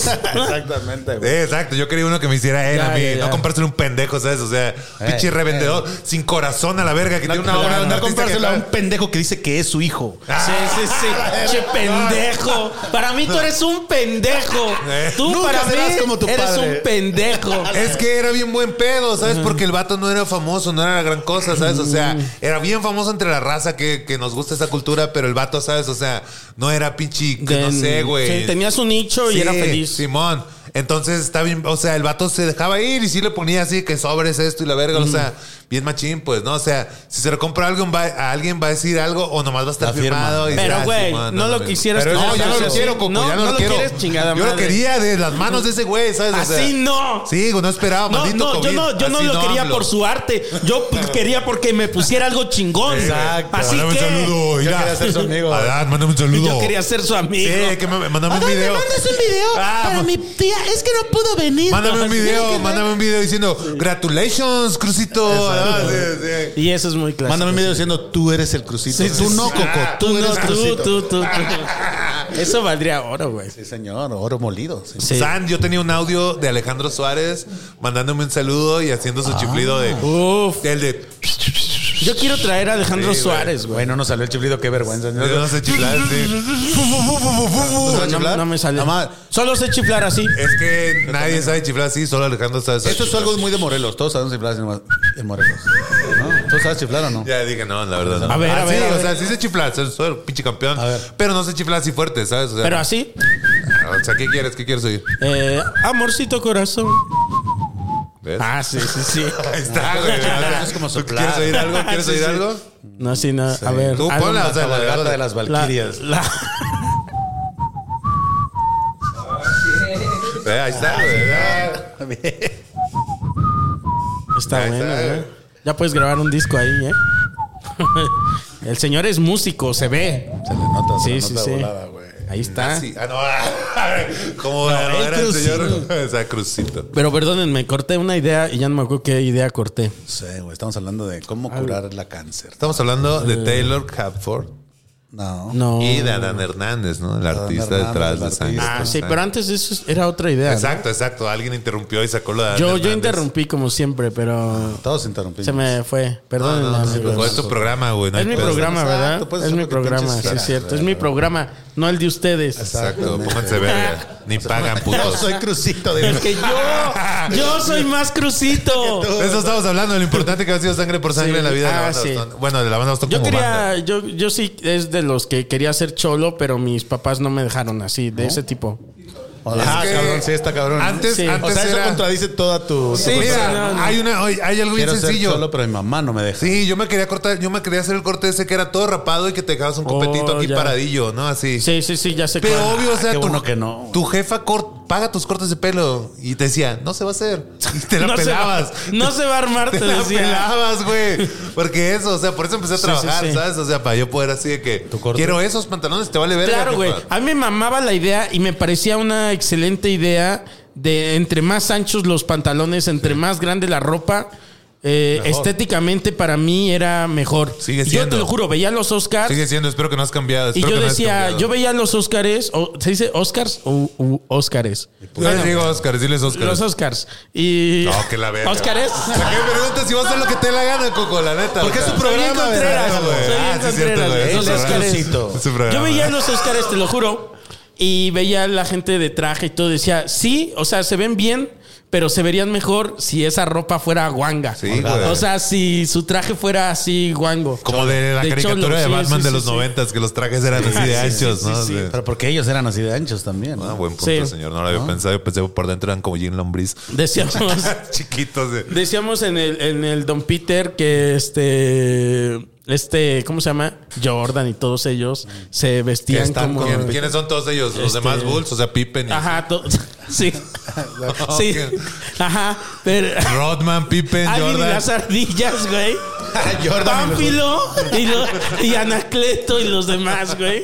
C: Bars.
B: Exactamente, güey.
D: eh, exacto, yo quería uno que me hiciera él
C: Ya,
D: a mí.
C: ya, ya.
D: No comprárselo a un pendejo, ¿sabes? O sea, pinche revendedor sin corazón a la verga que tiene una obra de un
B: no
D: artista que
B: comprárselo a un
D: está-
B: pendejo que dice que es su hijo.
C: Sí, sí, sí. Che, pendejo. Para mí tú eres un pendejo.
D: Eh.
C: Tú
B: Nunca
C: para
B: serás
C: mí
B: como tu
C: eres
B: padre.
C: un pendejo.
D: Es que era bien buen pedo, ¿sabes? Porque el vato no era famoso, no era la gran cosa, ¿sabes? O sea, era bien famoso entre la raza que, que nos gusta esa cultura, pero el vato, ¿sabes? O sea, no era pinche, que no sé, güey.
C: Sí, tenías un nicho y
D: Sí,
C: era feliz.
D: Simón. Entonces está bien, o sea, el vato se dejaba ir y sí le ponía así que sobres esto y la verga, o sea, bien machín, pues, ¿no? O sea, si se lo compra a alguien, va, a alguien va a decir algo o nomás va a estar
B: La firma.
D: firmado. Y
C: Pero,
D: ya,
C: güey,
D: Simón,
C: no lo
D: mames.
C: quisieras
D: Pero
C: con
D: No,
C: esa
D: ya no lo
C: frase.
D: quiero, Coco,
C: No,
D: ya no,
C: no
D: lo
C: lo
D: quiero.
C: quieres, chingada
D: Yo lo
C: madre.
D: quería de las manos de ese güey, ¿sabes? O sea,
C: Así no.
D: Sí, güey, no esperaba,
C: No,
D: maldito
C: no, yo
D: COVID.
C: no, yo no
D: Así
C: lo quería
D: hablo.
C: por su arte. Yo p- quería porque me pusiera algo chingón.
D: Exacto.
C: Así
D: Mándame
C: que
D: un saludo,
B: Yo
D: mira.
B: quería ser su amigo.
D: Adán, mándame un saludo.
C: yo quería ser su amigo.
D: Sí, que me, mándame un
C: Adán, ¿me
D: video.
C: mandas un video
D: Ah,
C: para
D: ma-
C: mi tía? Es que no pudo venir.
D: Mándame un
C: Así que-
D: video, mándame un video diciendo, congratulations, Crucito. Ah, sí, sí.
C: Y eso es muy clásico.
B: Mándame un video diciendo tú eres el crucito.
C: Sí, sí,
B: tú
C: sí.
B: no, Coco.
C: Ah,
B: Tú, eres
C: no, tú,
B: crucito.
C: tú, tú, tú. Eso valdría oro, güey.
B: Sí, señor. Oro molido. sí.
C: Sí.
D: San, yo tenía un audio de
B: Ah.
D: Alejandro Suárez mandándome un saludo y haciendo su chiflido de.
C: Uf.
D: El de.
C: Yo quiero traer a Alejandro Suárez, güey.
B: Güey, no nos salió el chiflido, qué vergüenza. No,
D: No sé chiflar,
B: ¿No
D: sí.
B: sabes
C: No,
B: chiflar?
C: no me sale.
B: Nada más.
C: Solo sé chiflar así.
D: Es que nadie sabe chiflar así, solo Alejandro sabe. sabe
B: Esto es
D: chiflar.
B: algo muy de Morelos. Todos sabemos chiflar así nomás. En Morelos. ¿No? ¿Tú sabes chiflar o no?
D: Ya dije, no, la verdad. no.
C: A ver, a
D: Ah,
C: ver,
D: sí,
C: a
D: o
C: ver.
D: sea, sí sé chiflar, soy, soy el pinche campeón.
B: ver.
D: Pero no sé chiflar así fuerte, ¿sabes? O sea,
C: Pero así.
D: o sea, ¿qué quieres? ¿Qué quieres oír?
C: eh, amorcito corazón.
D: ¿Ves?
C: Ah, sí, sí, sí.
D: Ahí está, güey. O sea,
B: Es como
D: ¿tú
B: soplar.
D: ¿Quieres oír algo? ¿Quieres
C: Sí,
D: oír
C: sí.
D: algo?
C: No, sí, no. A ver.
D: Tú
C: algo
D: ponla,
C: más.
D: o sea, la
B: Cabalgata
D: la-
B: de las
C: La-
B: Valquirias.
C: la-
D: Eh, Ahí está, güey. Ah,
C: Está
D: Ahí está,
C: bueno,
D: güey.
C: ¿eh? Ya puedes grabar un disco ahí, ¿eh? El señor es músico, se ve.
B: Se le nota, se
C: Sí,
B: le
C: sí,
B: nota
C: sí.
B: de volada, güey.
C: Ahí está.
D: sí. Ah, no. ah, ¿Cómo
C: No, el
D: era el señor?
C: crucito.
D: Esa crucito.
C: Pero perdónenme, corté una idea y ya no me acuerdo qué idea corté.
B: Sí, güey. Estamos hablando de cómo curar la cáncer.
D: Estamos hablando
C: Eh.
D: de Taylor Capford
B: No.
C: No.
D: y de
C: Oh.
D: Adán Hernández, ¿no? El artista
B: Hernández,
D: detrás
B: el
D: de Sangre.
B: artista.
C: Ah,
D: con
C: sí,
D: Sangre.
C: pero antes de eso era otra idea. ¿no?
D: Exacto, exacto. Alguien interrumpió y sacó lo de Adán
C: Yo, yo
D: Hernández.
C: interrumpí como siempre, pero
B: Todos interrumpimos.
C: se me fue.
D: No,
C: Perdónenme.
D: no, no,
C: amigos.
D: no, es tu programa, güey. no
C: es
D: hay
C: mi
D: pedo.
C: programa,
B: Exacto,
C: ¿verdad?
B: puedes
C: es
B: hacer
C: mi
B: lo que
C: programa,
B: pinches
C: sí, es
B: quieras,
C: cierto. Es
B: güey.
C: mi programa, no el de ustedes.
D: Exacto, pónganse verga. Ni pagan,
B: Yo
D: putos.
B: soy crucito de
C: Es que yo, yo soy más crucito.
D: De eso estamos hablando, de lo importante que ha sido sangre por sangre
C: Sí.
D: en la vida de la
C: Ah,
D: banda
C: sí.
D: Boston. Bueno, de la banda Boston
C: Yo
D: como banda.
C: quería, yo, yo sí es de los que quería ser cholo, pero mis papás no me dejaron así, de ese tipo.
B: Ah,
D: Es que Ah,
B: cabrón, sí, está cabrón.
D: Antes,
C: Sí.
D: antes
B: o sea, eso
D: era-
B: contradice toda tu.
C: Sí,
B: tu-
D: Mira,
C: sí, no, no.
D: hay, una, oye, hay algo bien
B: Quiero ser
D: sencillo.
B: solo, pero mi mamá no me deja.
D: Sí, yo me quería cortar, yo me quería hacer el corte ese que era todo rapado y que te dejabas un copetito
C: Oh,
D: aquí
C: ya.
D: paradillo, ¿no? Así.
C: Sí, sí, sí, ya sé
D: Pero
C: cuál.
D: obvio, o sea,
B: qué
D: tu,
B: bueno que no.
D: tu jefa cor- paga tus cortes de pelo y te decía, no se va a hacer. Y te la
C: No se
D: pelabas.
C: va- no se va a armar, te
D: te la
C: decía.
D: pelabas, güey. Porque eso, o sea, por eso empecé a
C: Sí,
D: trabajar,
C: sí, sí.
D: ¿sabes? O sea, para yo poder así de que quiero esos pantalones, te vale verga.
C: Claro, güey.
D: jefa.
C: A mí me mamaba la idea y me parecía una excelente idea de entre más anchos los pantalones, entre más grande la ropa. eh, estéticamente para mí era mejor.
D: Sigue
C: Y Yo
D: siendo.
C: te lo juro, veía los Oscars
D: Sigue siendo, espero que no has cambiado.
C: y
D: espero
C: yo
D: que no hayas
C: decía,
D: cambiado.
C: yo veía los Oscars, o, ¿se dice Oscars o u- Oscars?
D: No les digo Pues Oscar, diles Oscar.
C: Los Oscars. Y...
D: No, que la verga.
C: Óscares.
D: O sea, ¿Qué pregunta si vas a hacer lo que te la gana, Coco? La neta.
B: Porque
D: o sea.
B: es su programa,
D: Soy bien
B: ¿verdad?
D: Contreras, güey.
C: Soy bien
D: Ah, sí, es cierto,
C: Contreras, güey.
D: güey. Es su
C: Los
D: programa.
B: Oscaresito.
D: Es su programa.
C: Yo veía los Oscars, te lo juro. Y veía a la gente de traje y todo. Decía, sí, o sea, se ven bien, pero se verían mejor si esa ropa fuera guanga.
D: Sí, güey.
C: o sea, si su traje fuera así guango.
D: Como de la
C: De
D: caricatura
C: cholo,
D: de
C: sí,
D: Batman
C: sí,
D: de
C: sí,
D: los
C: sí.
D: noventas, que los trajes eran así de anchos, ¿no? Sí.
B: Pero porque ellos eran así de anchos también.
D: Ah,
B: ¿no?
D: buen punto,
C: Sí.
D: señor. No lo había pensado. Yo pensé que por dentro eran como Jim Lombriz.
C: Decíamos, Pues,
D: Chiquitos. De...
C: decíamos en el, en el Don Peter que este. Este, ¿cómo se llama? Jordan y todos ellos se vestían
B: están
C: como.
D: ¿Quién- ¿Quiénes son todos ellos? Los
C: Este-
D: demás Bulls, o sea, Pippen y
C: Ajá, to- sí. sí. Ajá, pero.
D: Rodman, Pippen,
C: Alvin y
D: Jordan.
C: las ardillas, güey. Pánfilo y, lo- y Anacleto y los demás, güey.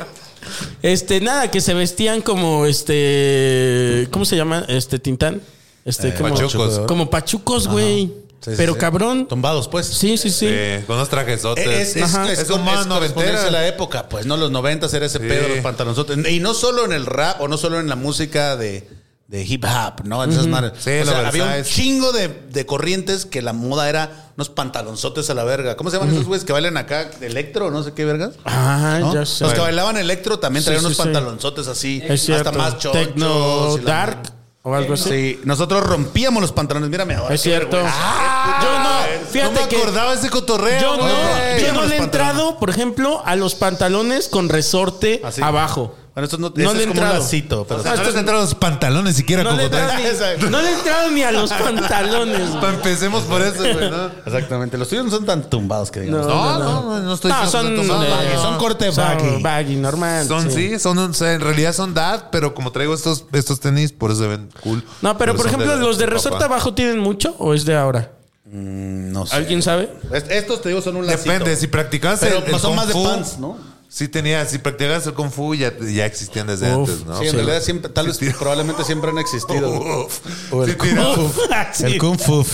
C: Este, nada, que se vestían como este. ¿Cómo se llama? Este, Tintán. Este, como,
D: pachucos.
C: Como pachucos, güey.
B: Eh, Sí, sí,
C: Pero
B: sí.
C: cabrón.
B: Tumbados, pues.
C: Sí, sí, sí.
D: Sí, con unos trajesotes.
B: Es, es,
C: Ajá.
B: es,
D: Es como más noventera.
B: de la época, pues, ¿no? Los noventas era ese
D: Sí.
B: pedo, los pantalonzotes. Y no solo en el rap o no solo en la música de, de hip hop, ¿no? En esas madres.
D: Sí,
B: O
D: lo
B: sea, había un
D: versáis.
B: chingo de, de corrientes que la moda era unos pantalonzotes a la verga. ¿Cómo se llaman esos güeyes que bailan acá? ¿Electro? No sé qué vergas.
C: Ah,
B: ¿no?
C: ya
B: Los
C: sé.
B: que bailaban electro también
C: Sí,
B: traían
C: sí,
B: unos
C: sí.
B: pantalonzotes así.
C: Es cierto.
B: Hasta más chochos.
C: Tecno
B: y la-
C: Dark o algo así.
B: Sí, nosotros rompíamos los pantalones. Mírame ahora.
C: Es
B: qué
C: cierto.
B: vergüenza.
C: Ah, yo no, fíjate
D: no me
C: que.
D: acordaba ese cotorreo.
C: Yo
D: güey.
C: no, yo
B: Fíjate
C: no
B: los
C: le he entrado, por ejemplo, a los pantalones con resorte
D: ¿Ah,
B: Así.
C: abajo.
B: Bueno, esto no,
C: No
B: ese es
C: le he
B: como un
C: entrado.
B: lacito, pero
D: O sea, no les entraron los pantalones siquiera,
C: No le, he
D: Coco.
C: entrado ni, no le he entrado ni a los pantalones. güey.
D: Pa- Empecemos por eso, güey, ¿no?
B: Exactamente, los tuyos no son tan tumbados que digamos.
D: No, no, no, no estoy
C: No, son,
D: diciendo que
C: eh,
D: baggy,
B: son corte baggy.
C: baggy, normal.
D: Son, sí, son, un- o sea, en realidad son dad, pero como traigo estos, estos tenis, por eso se ven cool.
C: No, pero por
D: son
C: ejemplo, los de
D: papá.
C: resorte abajo tienen mucho o es de ahora?
B: No sé.
C: ¿Alguien sabe?
B: Est- Estos te digo son un lacito.
D: Depende, si practicabas
B: Pero pues,
D: el, el
B: son
D: Kung
B: más de
D: Fu,
B: pants, ¿no?
D: Sí tenía, si practicabas el Kung Fu ya, ya existían desde
C: Uf,
D: antes, ¿no?
B: sí, en realidad siempre, tal vez, probablemente siempre han existido.
D: Uf.
B: O el
D: Sí, tira-
C: Ah, Sí.
B: Kung Fu.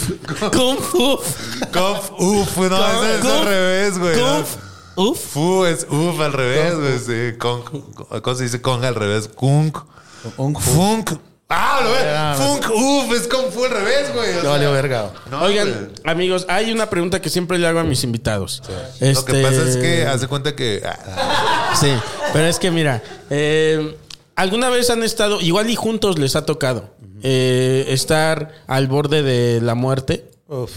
C: Kung fu.
D: Kung uf, no,
C: Kung-
D: eso es al
C: Kung-
D: revés, güey. ¿no?
C: Kung uf.
D: Fu es uf al revés, güey. Sí, Kung, ¿cómo se dice Kung al revés? Kung.
B: Kung Fu.
D: Funk. Ah, lo ves.
B: Ah,
D: Funk, uff, es con fue al revés, güey. O
B: Te
D: sea,
B: valió verga.
D: no, güey.
C: Oigan, amigos, hay una pregunta que siempre le hago a mis invitados.
D: Lo que
C: Este-
D: pasa es que hace cuenta que. ah,
C: Sí, pero es que mira, eh, alguna vez han estado, igual y juntos les ha tocado, eh, estar al borde de la muerte.
B: Uf.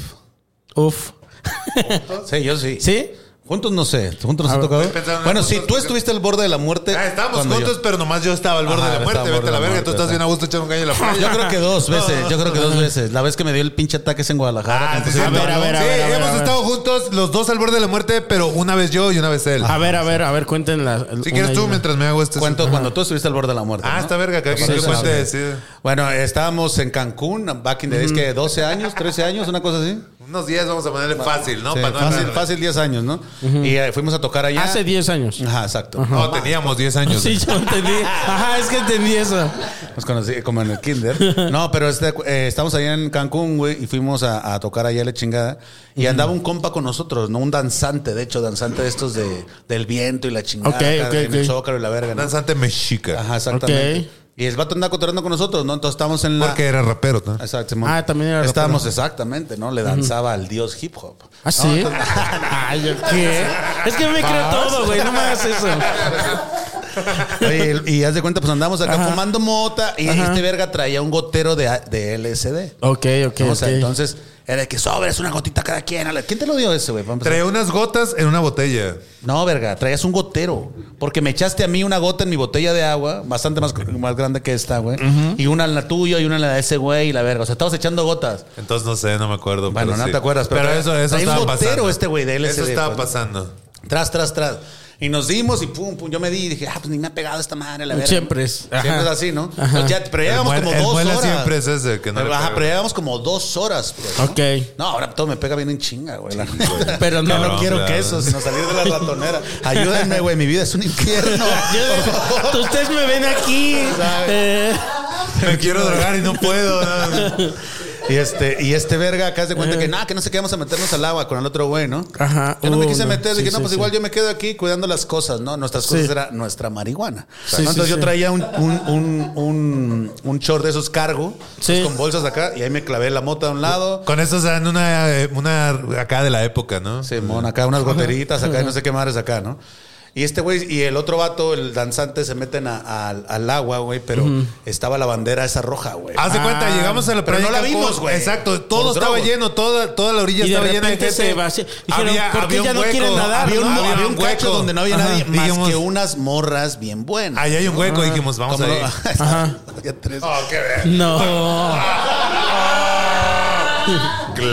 C: Uf.
B: Sí, yo sí.
C: ¿Sí?
B: Juntos no sé. ¿Juntos nos ha tocado?
D: estoy pensando en
B: Bueno,
D: las
B: sí,
D: cosas
B: tú
D: que-
B: estuviste al borde de la muerte.
D: ah, estábamos
B: cuando yo-
D: juntos, pero nomás yo estaba al borde
B: Ajá,
D: de la muerte.
B: estaba al
D: Vete a la
B: borde de
D: verga.
B: la
D: Tú
B: muerte,
D: estás bien a gusto echando un gallo en la playa.
B: Yo creo que dos
D: No,
B: veces,
D: no,
B: yo creo que dos veces. La vez que me dio el pinche ataque es en Guadalajara.
D: Ah,
B: cuando
D: sí,
B: se-
D: sí,
C: A ver, a ver, a
D: sí,
C: ver, a ver,
D: hemos
C: a ver.
D: estado juntos, los dos al borde de la muerte, pero una vez yo y una vez él.
C: A ver, a ver, a ver, cuenten la.
D: si quieres tú, mientras me hago este.
B: Cuento cuando tú estuviste al borde de la muerte.
D: Ah,
B: ¿no?
D: esta verga, que, que,
B: Sí, sí,
D: cuente,
B: sí.
D: sí.
B: Bueno, estábamos en Cancún, back in the days, que 12 años, 13 años, una cosa así.
D: Unos 10 vamos a ponerle fácil, ¿no?
B: Sí,
D: Para no
B: fácil,
D: agarrar-
B: fácil 10 años, ¿no? Y eh, fuimos a tocar allá.
C: Hace 10 años.
B: Ajá, exacto.
D: No, teníamos 10 años.
C: Sí, yo entendí. Ajá, es que entendí eso.
B: Nos conocí como en el kinder. No, pero este, eh, estamos allá en Cancún, güey, y fuimos a, a tocar allá la chingada. Y andaba un compa con nosotros, ¿no? Un danzante, de hecho, danzante de estos de, del viento y la chingada.
C: Ok,
B: acá
C: ok,
B: en el
C: ok.
B: zócalo y la verga, ¿no?
D: Danzante mexica.
B: Ajá, exactamente.
C: Ok.
B: Y el vato andaba cotorreando con nosotros, ¿no? Entonces estamos en la...
D: Porque era rapero, ¿no?
B: Exacto, Simón.
C: Ah, también era
B: Estábamos
C: rapero.
B: exactamente, ¿no? Le danzaba al dios hip hop.
C: ¿Ah, sí? Ay, ¿yo ¿qué? Es que me creo todo, güey. No me hagas eso.
B: Oye, el- y haz de cuenta, pues andamos acá fumando mota y este verga traía un gotero de, de LSD.
C: Ok, ok.
B: ¿no? O sea,
C: ok.
B: entonces era de que sobres una gotita cada quien. Ale. ¿Quién te lo dio ese, güey? Para empezar.
D: Trae unas gotas en una botella.
B: No, verga, traías un gotero. Porque me echaste a mí una gota en mi botella de agua, bastante más, más grande que esta, güey. Y una en la tuya y una en la de ese güey y la verga. O sea, estabas echando gotas.
D: Entonces no sé, no me acuerdo.
B: Bueno,
D: pero
B: no
D: sí.
B: te acuerdas, pero
D: Pero, eso, eso
B: trae un
D: estaba
B: gotero
D: pasando.
B: este güey de LSD,
D: Eso estaba
B: pues.
D: pasando.
B: Tras, tras, tras. Y nos dimos y pum, pum. Yo me di y dije, ah, pues ni me ha pegado esta madre, la verga.
C: Siempre es.
B: Siempre
C: Ajá.
B: es así, ¿no?
C: Ajá.
B: Pues ya, pero ya
D: El
B: llevamos
D: muel-
B: como
D: el
B: dos
D: muela
B: horas.
D: siempre es ese que no le
B: Pero, ajá,
D: pega.
B: pero ya llevamos como dos horas, pues. ¿no?
C: Ok.
B: No, ahora todo me pega bien en chinga, güey. la neta.
C: Pero no,
B: Ya no
C: no,
B: quiero
D: claro.
B: queso, sino salir de la ratonera. Ayúdenme, güey, mi vida es un infierno.
C: Yo- Ustedes me ven aquí. Eh,
D: Me quiero drogar y no puedo. ¿no?
B: y este, y este verga acá se cuenta que nada, que no sé qué vamos a meternos al agua con el otro güey, ¿no?
C: Eh. Ajá.
B: Yo no me
C: Uh,
B: quise
C: no.
B: meter,
C: Sí,
B: dije, no,
C: sí,
B: pues
C: sí.
B: igual yo me quedo aquí cuidando las cosas, ¿no? Nuestras cosas
C: Sí.
B: era nuestra marihuana. ¿no?
C: Sí, sí,
B: Entonces yo
C: sí.
B: traía un, un, un, un, un short de esos cargo,
C: Sí.
B: esos con bolsas acá, y ahí me clavé la mota a un lado.
D: Con eso se dan una, eh, una acá de la época, ¿no?
B: Simón, acá unas goteritas, acá y no sé qué madres acá, ¿no? Y este güey y el otro vato, el danzante, se meten a- a- al agua, güey, pero estaba la bandera esa roja, güey.
D: Haz de cuenta,
C: Ah.
D: llegamos a la
B: Ah, pero
D: playa.
B: no la
D: de Cancún.
B: vimos, güey.
D: Exacto, todo
B: Por
D: estaba
B: drogas.
D: lleno, toda, toda la orilla
C: Y de
D: estaba llena de
C: repente
D: gente.
C: se vació. Dijeron, ¿por qué ya no quieren nadar?
B: Había un,
C: No,
B: había un cacho
D: hueco.
B: donde no había
D: Ajá.
B: nadie más
D: Dijimos,
B: que unas morras bien buenas.
D: Ahí hay un hueco, dijimos, vamos Oh,
B: Como
D: ahí.
B: lo-
C: Ajá.
B: Había tres.
C: No.
B: Lo dije,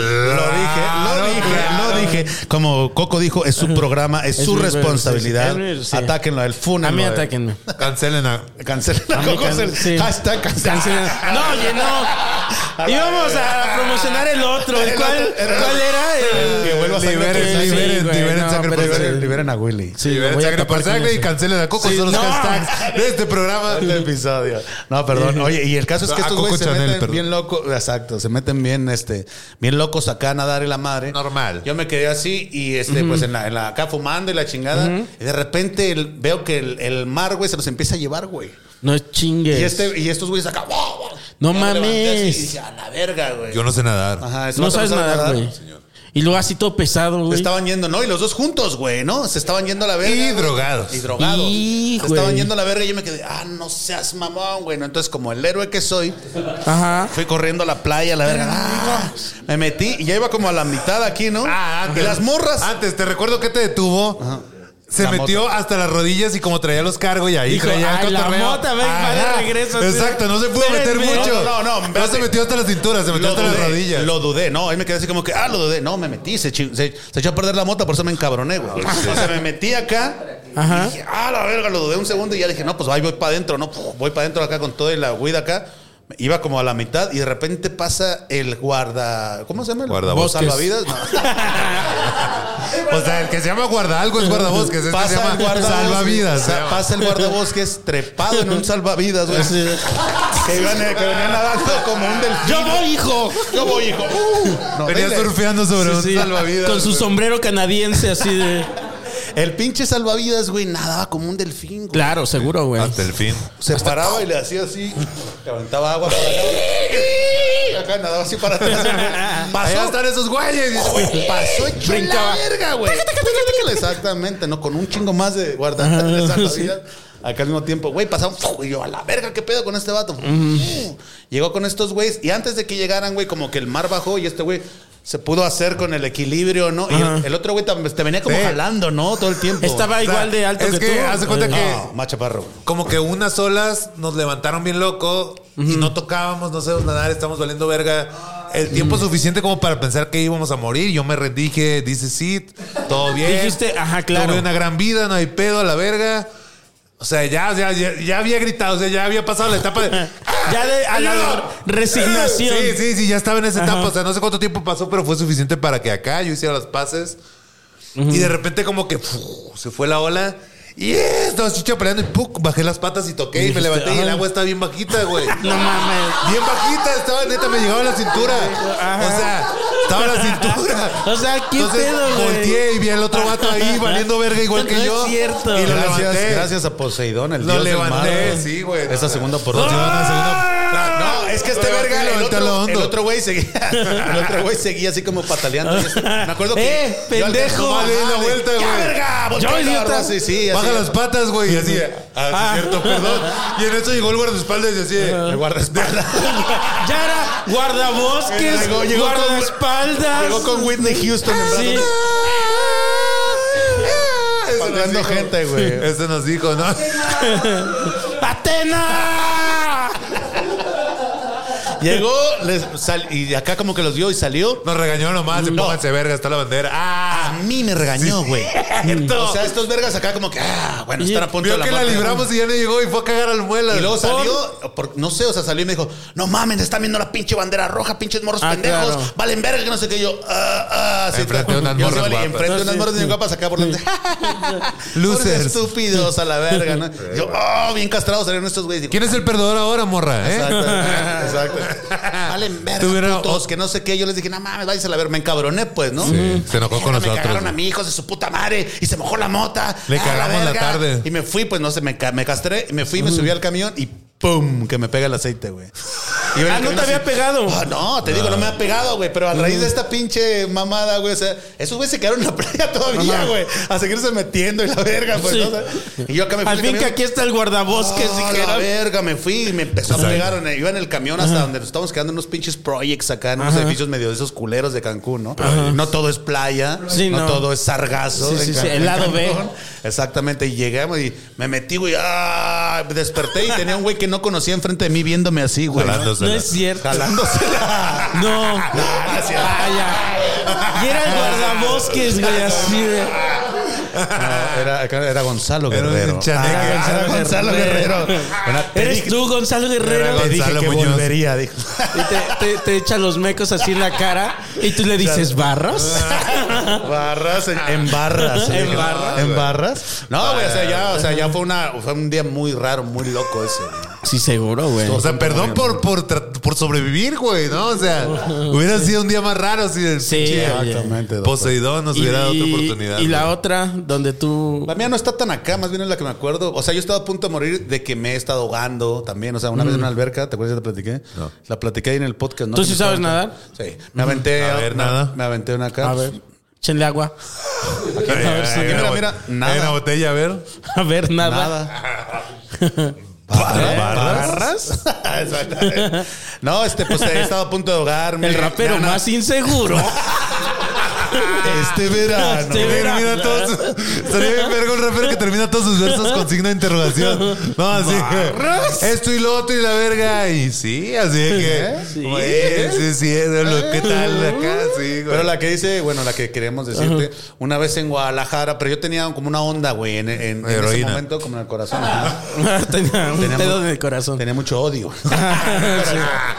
B: lo dije, lo dije. Como Coco dijo, es su programa, es,
C: Es
B: su
C: mi-
B: responsabilidad.
C: sí, sí.
B: Atáquenlo, el funeral.
C: A mí atáquenme.
D: Cancelen a.
B: Cancelen
C: A
B: a
C: mí
B: Coco.
C: can-
B: se-
C: sí.
B: Hashtag cancelen.
C: Cancela. No, oye, no. Íbamos a promocionar el otro. ¿El ¿Cuál, cuál era? El-
B: Que vuelva sangre
D: Liberen,
B: por sangre.
D: liberen,
C: Sí, güey,
D: liberen,
C: no,
D: sangre por
C: pero-
D: sangre.
B: Liberen, liberen a Willy.
C: Sí,
D: Liberen
C: lo voy a
D: sangre por
C: tapar con
D: sangre y
C: eso.
D: cancelen a Coco.
C: Sí,
D: Son los
C: no.
D: hashtags de este programa.
B: Este episodio. No, perdón. Oye, y el caso es que
D: A
B: estos
D: Coco
B: güeyes se
D: Chanel,
B: meten
D: perdón.
B: bien locos. Exacto, se meten bien, este, bien locos acá a nadar y la madre.
D: Normal.
B: Yo me quedé así y este, pues en la, en la- acá fumando y la chingada. Y de repente el- veo que el, el mar, güey, se los empieza a llevar, güey.
C: No chingues.
B: Y, este, y estos güeyes acá, ¡wow! wow.
C: No
B: Yo me levanté así
C: mames.
B: Y dije, a la verga, güey.
D: Yo no sé nadar.
B: Ajá, esos
C: no
B: vatos
C: sabes
B: empezaron a
C: nadar, güey. Y luego así todo pesado,
B: Se
C: güey.
B: estaban yendo, ¿no? Y los dos juntos, güey, ¿no? Se estaban yendo a la verga.
D: Y
B: güey.
D: drogados.
B: Y drogados.
C: Y,
B: se
C: güey.
B: estaban yendo a la verga y yo me quedé, ah, no seas mamón, güey. ¿no? Entonces, como el héroe que soy,
C: Ajá.
B: fui corriendo a la playa, a la verga. Ah, me metí y ya iba como a la mitad aquí, ¿no?
D: Ah,
B: y
D: antes.
B: las morras.
D: Antes, te recuerdo que te detuvo. Se
B: La
D: metió hasta las rodillas y como traía los cargos y ahí
C: Dijo,
D: traía
C: "Ay, la
D: cotorreo".
C: mota, ven,
D: Ajá.
C: para el regreso.
D: Exacto, no se pudo meter
C: Espérenme.
D: mucho.
B: No, no, no,
D: No se
B: espérate.
D: metió hasta la cintura, se metió
B: Lo
D: hasta las
B: dudé,
D: rodillas.
B: lo dudé, no, ahí me quedé así como que, ah, lo dudé, no, me metí, se, chi- se- se echó a perder la mota, por eso me encabroné, güey. O sea, me metí acá
C: Ajá.
B: y dije, ah, la verga, lo dudé un segundo y ya dije, no, pues ahí voy para adentro, no, Puf, voy para adentro acá con toda la huida acá. Iba como a la mitad y de repente pasa el guarda. ¿Cómo se llama? el-
D: Guardabosques.
B: Salvavidas. No.
D: O sea, el que se llama guarda algo es guardabosques. Este se
B: Pasa
D: llama
B: el guardabosques.
D: salvavidas.
B: O
D: se
B: sea,
D: llama.
B: Pasa el guardabosques trepado en un salvavidas, güey. Que, iban, eh, que venían nadando como un delfín.
C: Yo voy, hijo.
B: Yo voy, hijo. Uh, no,
D: Venía
B: dele.
D: surfeando sobre
C: Sí,
D: un
C: sí.
D: salvavidas.
C: Con su
D: güey.
C: sombrero canadiense así de.
B: El pinche salvavidas, güey, nadaba como un delfín, güey.
C: Claro, seguro, güey.
D: Hasta el fin.
B: Se paraba y le hacía así, le aventaba agua para acá. güey. Acá nadaba así para atrás. güey.
D: Allá
B: Pasó,
D: están esos güeyes.
B: güey, pasó hecho en la
C: Brincaba.
B: verga, güey.
D: Pues,
B: Exactamente, ¿no? Con un chingo más de guardar de salvavidas. Acá al mismo tiempo, güey, pasaron. Y yo, a la verga, ¿qué pedo con este vato? Llegó con estos güeyes y antes de que llegaran, güey, como que el mar bajó y este güey se pudo hacer con el equilibrio, ¿no? Y el, el otro güey tam- pues, te venía como
D: Sí.
B: jalando, ¿no? Todo el tiempo.
C: Estaba
D: O sea,
C: igual de alto que,
D: es que
C: tú.
D: haz de cuenta
C: Eh,
D: que-
B: No, machaparro.
D: Como que unas olas nos levantaron bien loco y no tocábamos, no sabemos nadar, estamos valiendo verga. El tiempo suficiente como para pensar que íbamos a morir. Yo me rendije, dice sí, todo bien.
C: Dijiste, ajá, claro.
D: Tuve una gran vida, no hay pedo a la verga. O sea, ya, ya, ya, ya había gritado, o sea, ya había pasado la etapa de.
C: Ya de- a la de resignación.
D: Sí, sí, sí, ya estaba en esa
C: Ajá.
D: etapa. O sea, no sé cuánto tiempo pasó, pero fue suficiente para que acá yo hiciera las pases. Y de repente, como que ¡fu! se fue la ola. Y eh, estaba así chapaleando y ¡puc! bajé las patas y toqué y, me
C: dijiste,
D: levanté. Y el
C: "Ay".
D: agua estaba bien bajita, güey.
C: No mames.
D: Bien bajita, estaba neta, me llegaba a la cintura. O sea, estaba a la cintura.
C: O sea, ¿qué
D: Entonces
C: pedo, güey?
D: volteé y vi al otro vato ahí valiendo verga igual que
C: No es
D: yo.
C: cierto.
D: Y lo
B: Gracias,
D: levanté.
B: gracias a Poseidón, el
D: Lo
B: dios del
D: levanté,
B: mar.
D: sí, güey. ¡Ah!
B: Esa segunda
D: Sí,
B: oportunidad.
D: una segunda-
B: No, es que este
D: Lo levanté,
B: verga, el
D: levanté lo
B: otro,
D: hondo.
B: el otro güey seguía, el otro güey seguía así como pataleando. Y este- me acuerdo que.
C: ¡Eh,
B: yo al-
C: pendejo!
B: no,
D: Dale la
B: ajá,
D: vuelta,
B: de- ¡Ya,
D: güey.
B: verga!
C: Yo,
B: voltea,
C: idiota.
B: barra, Sí, sí, así.
D: Baja las patas, güey. Y así. Ah,
C: Ah.
D: sí, cierto, perdón. Y en eso llegó el guardaespaldas y así.
B: El
D: de-
B: guardaespaldas.
C: Ya era guardabosques,
B: Llegó- llegó con-
C: guardaespaldas.
B: Llegó con Whitney Houston en
C: Sí.
B: brazos, Ah,
D: Eso nos
B: Pateando
D: dijo.
B: gente, güey.
D: Eso nos dijo, ¿no?
C: ¡Atena!
B: Llegó les sal- y acá como que los vio y salió.
D: Nos regañó nomás. y
B: No.
D: Pónganse verga, está la bandera.
B: A
D: Ah,
B: mí me regañó, güey.
D: Cierto.
B: O sea, estos vergas acá como que, ah, bueno, están a punto
D: Vio
B: de la
D: que la
B: muerte.
D: libramos y ya no llegó y fue a cagar al muela.
B: Y luego salió, por- no sé, o sea, salió y me dijo, no mames, están viendo la pinche bandera roja, pinches morros
C: Ah,
B: pendejos,
C: claro.
B: valen verga, que no sé qué. Y Yo, ah, ah, sí,
D: Enfrente de
B: Yo,
D: unas
B: sí,
D: morras
B: vale,
D: guapas.
B: Enfrente de unas morras bien guapas acá por donde.
D: Losers.
B: estúpidos a la verga, ¿no? Yo, oh, bien castrados salieron estos güeyes. Digo,
D: ¿Quién es el perdedor ahora, morra? eh?
B: Exacto, exacto. Valen verga,
D: Tuviera-
B: putos, que no sé qué. Yo les dije, no mames, váyanse a la verga. Me encabroné, pues, ¿no?
D: Sí, se enojó con
B: Verga,
D: nosotros.
B: Me cagaron a mi hijo de su puta madre y se mojó la mota.
D: Le
B: Ah,
D: cagamos la
B: verga.
D: tarde.
B: Y me fui, pues no sé, me, ca- me castré, y me fui, me subí al camión y ¡pum! que me pega el aceite, güey. Y iba en
C: Ah,
B: el
C: no te
B: camión
C: había pegado.
B: Ah, no, te digo, no me ha pegado, güey. Pero a raíz de esta pinche mamada, güey, o sea, esos güeyes se quedaron en la playa todavía, güey. A seguirse metiendo y la verga, pues.
C: Sí.
B: ¿no? O sea, Y yo acá me fui.
C: Al
B: del
C: fin que
B: camión.
C: aquí está el guardabosques,
B: Ah, la
C: dijeron.
B: verga, me fui y me empezó a pegar. en el- Iba en el camión hasta donde nos estábamos quedando en unos pinches projects acá, en unos edificios medio de esos culeros de Cancún, ¿no? No todo es playa,
C: Sí,
B: no,
C: no.
B: todo es sargazo.
C: Sí,
B: en
C: sí, sí,
B: Can-
C: el
B: en
C: lado B.
B: Cancún. Exactamente, y llegamos y me metí, güey, ah, me desperté y tenía un güey que no conocía enfrente de mí viéndome así, güey.
D: Jalándose.
C: No es cierto.
B: Jalándosela.
C: No. Ah,
B: no es cierto.
C: Vaya. Y era el guardabosques, güey, así de.
B: Ah, Era, era Gonzalo
D: Era un
B: Guerrero.
D: chaneque.
B: Ah, era Gonzalo Guerrero. Bueno, te
C: Eres
B: dije-
C: tú, Gonzalo Guerrero.
B: Te dije
D: Gonzalo
B: que
D: Muñoz.
B: volvería, dijo.
C: Y te, te, te echa los mecos así en la cara y tú le dices, ¿barros?
B: Barras en, en barras.
C: En
B: dije.
C: barras.
B: En barras. No, güey, o sea, ya, o sea, ya fue una fue un día muy raro, muy loco ese.
C: Sí, seguro, güey.
D: O sea, perdón por, por, tra- por sobrevivir, güey, ¿no? O sea, hubiera sido un día más raro si el
C: Sí,
D: pinche
C: oye.
D: Poseidón nos
C: Y-
D: hubiera dado otra oportunidad.
C: Y la
D: güey.
C: otra, donde tú.
B: La mía no está tan acá, más bien es la que me acuerdo. O sea, yo estaba a punto de morir de que me he estado ahogando también. O sea, una vez en
C: Mm.
B: una alberca, ¿te acuerdas que te platiqué?
D: No.
B: La platiqué ahí en el podcast, ¿no?
C: ¿Tú
B: Que
C: sí
B: me
C: sabes
B: estaba-
C: nadar?
B: Sí. Me aventé.
D: A ver,
B: me-
D: nada.
B: Me aventé una acá.
C: A ver, échenle agua.
D: Ay, ay,
C: ver,
D: ay,
C: sí,
D: hay
B: mira,
D: una
B: mira,
D: bot-
B: nada.
D: Hay una botella, a ver.
C: A ver, nada.
B: Nada.
D: ¿Barras?
B: ¿Barras? Exactamente. no, este, pues he estado a punto de ahogarme.
C: El rapero
B: Me han-
C: más inseguro.
B: Este
D: ah,
B: verano.
C: Este verano.
D: Termina todos. Sería bien verga un rapero que termina todos sus versos con signo de interrogación. No, así que. Esto y lo otro y la verga. Y sí, así que.
C: Sí.
D: Güey, sí, sí, es lo- ¿qué tal acá?
C: Uh.
D: Sí, güey.
B: Pero la que dice, bueno, la que queremos decirte, una vez en Guadalajara, pero yo tenía como una onda, güey, en, en- en ese
D: Heroína.
B: momento, como en el corazón. ajá.
C: Tenía un
B: Tenía
C: pedo
B: mu-
C: en el corazón.
B: Tenía mucho odio.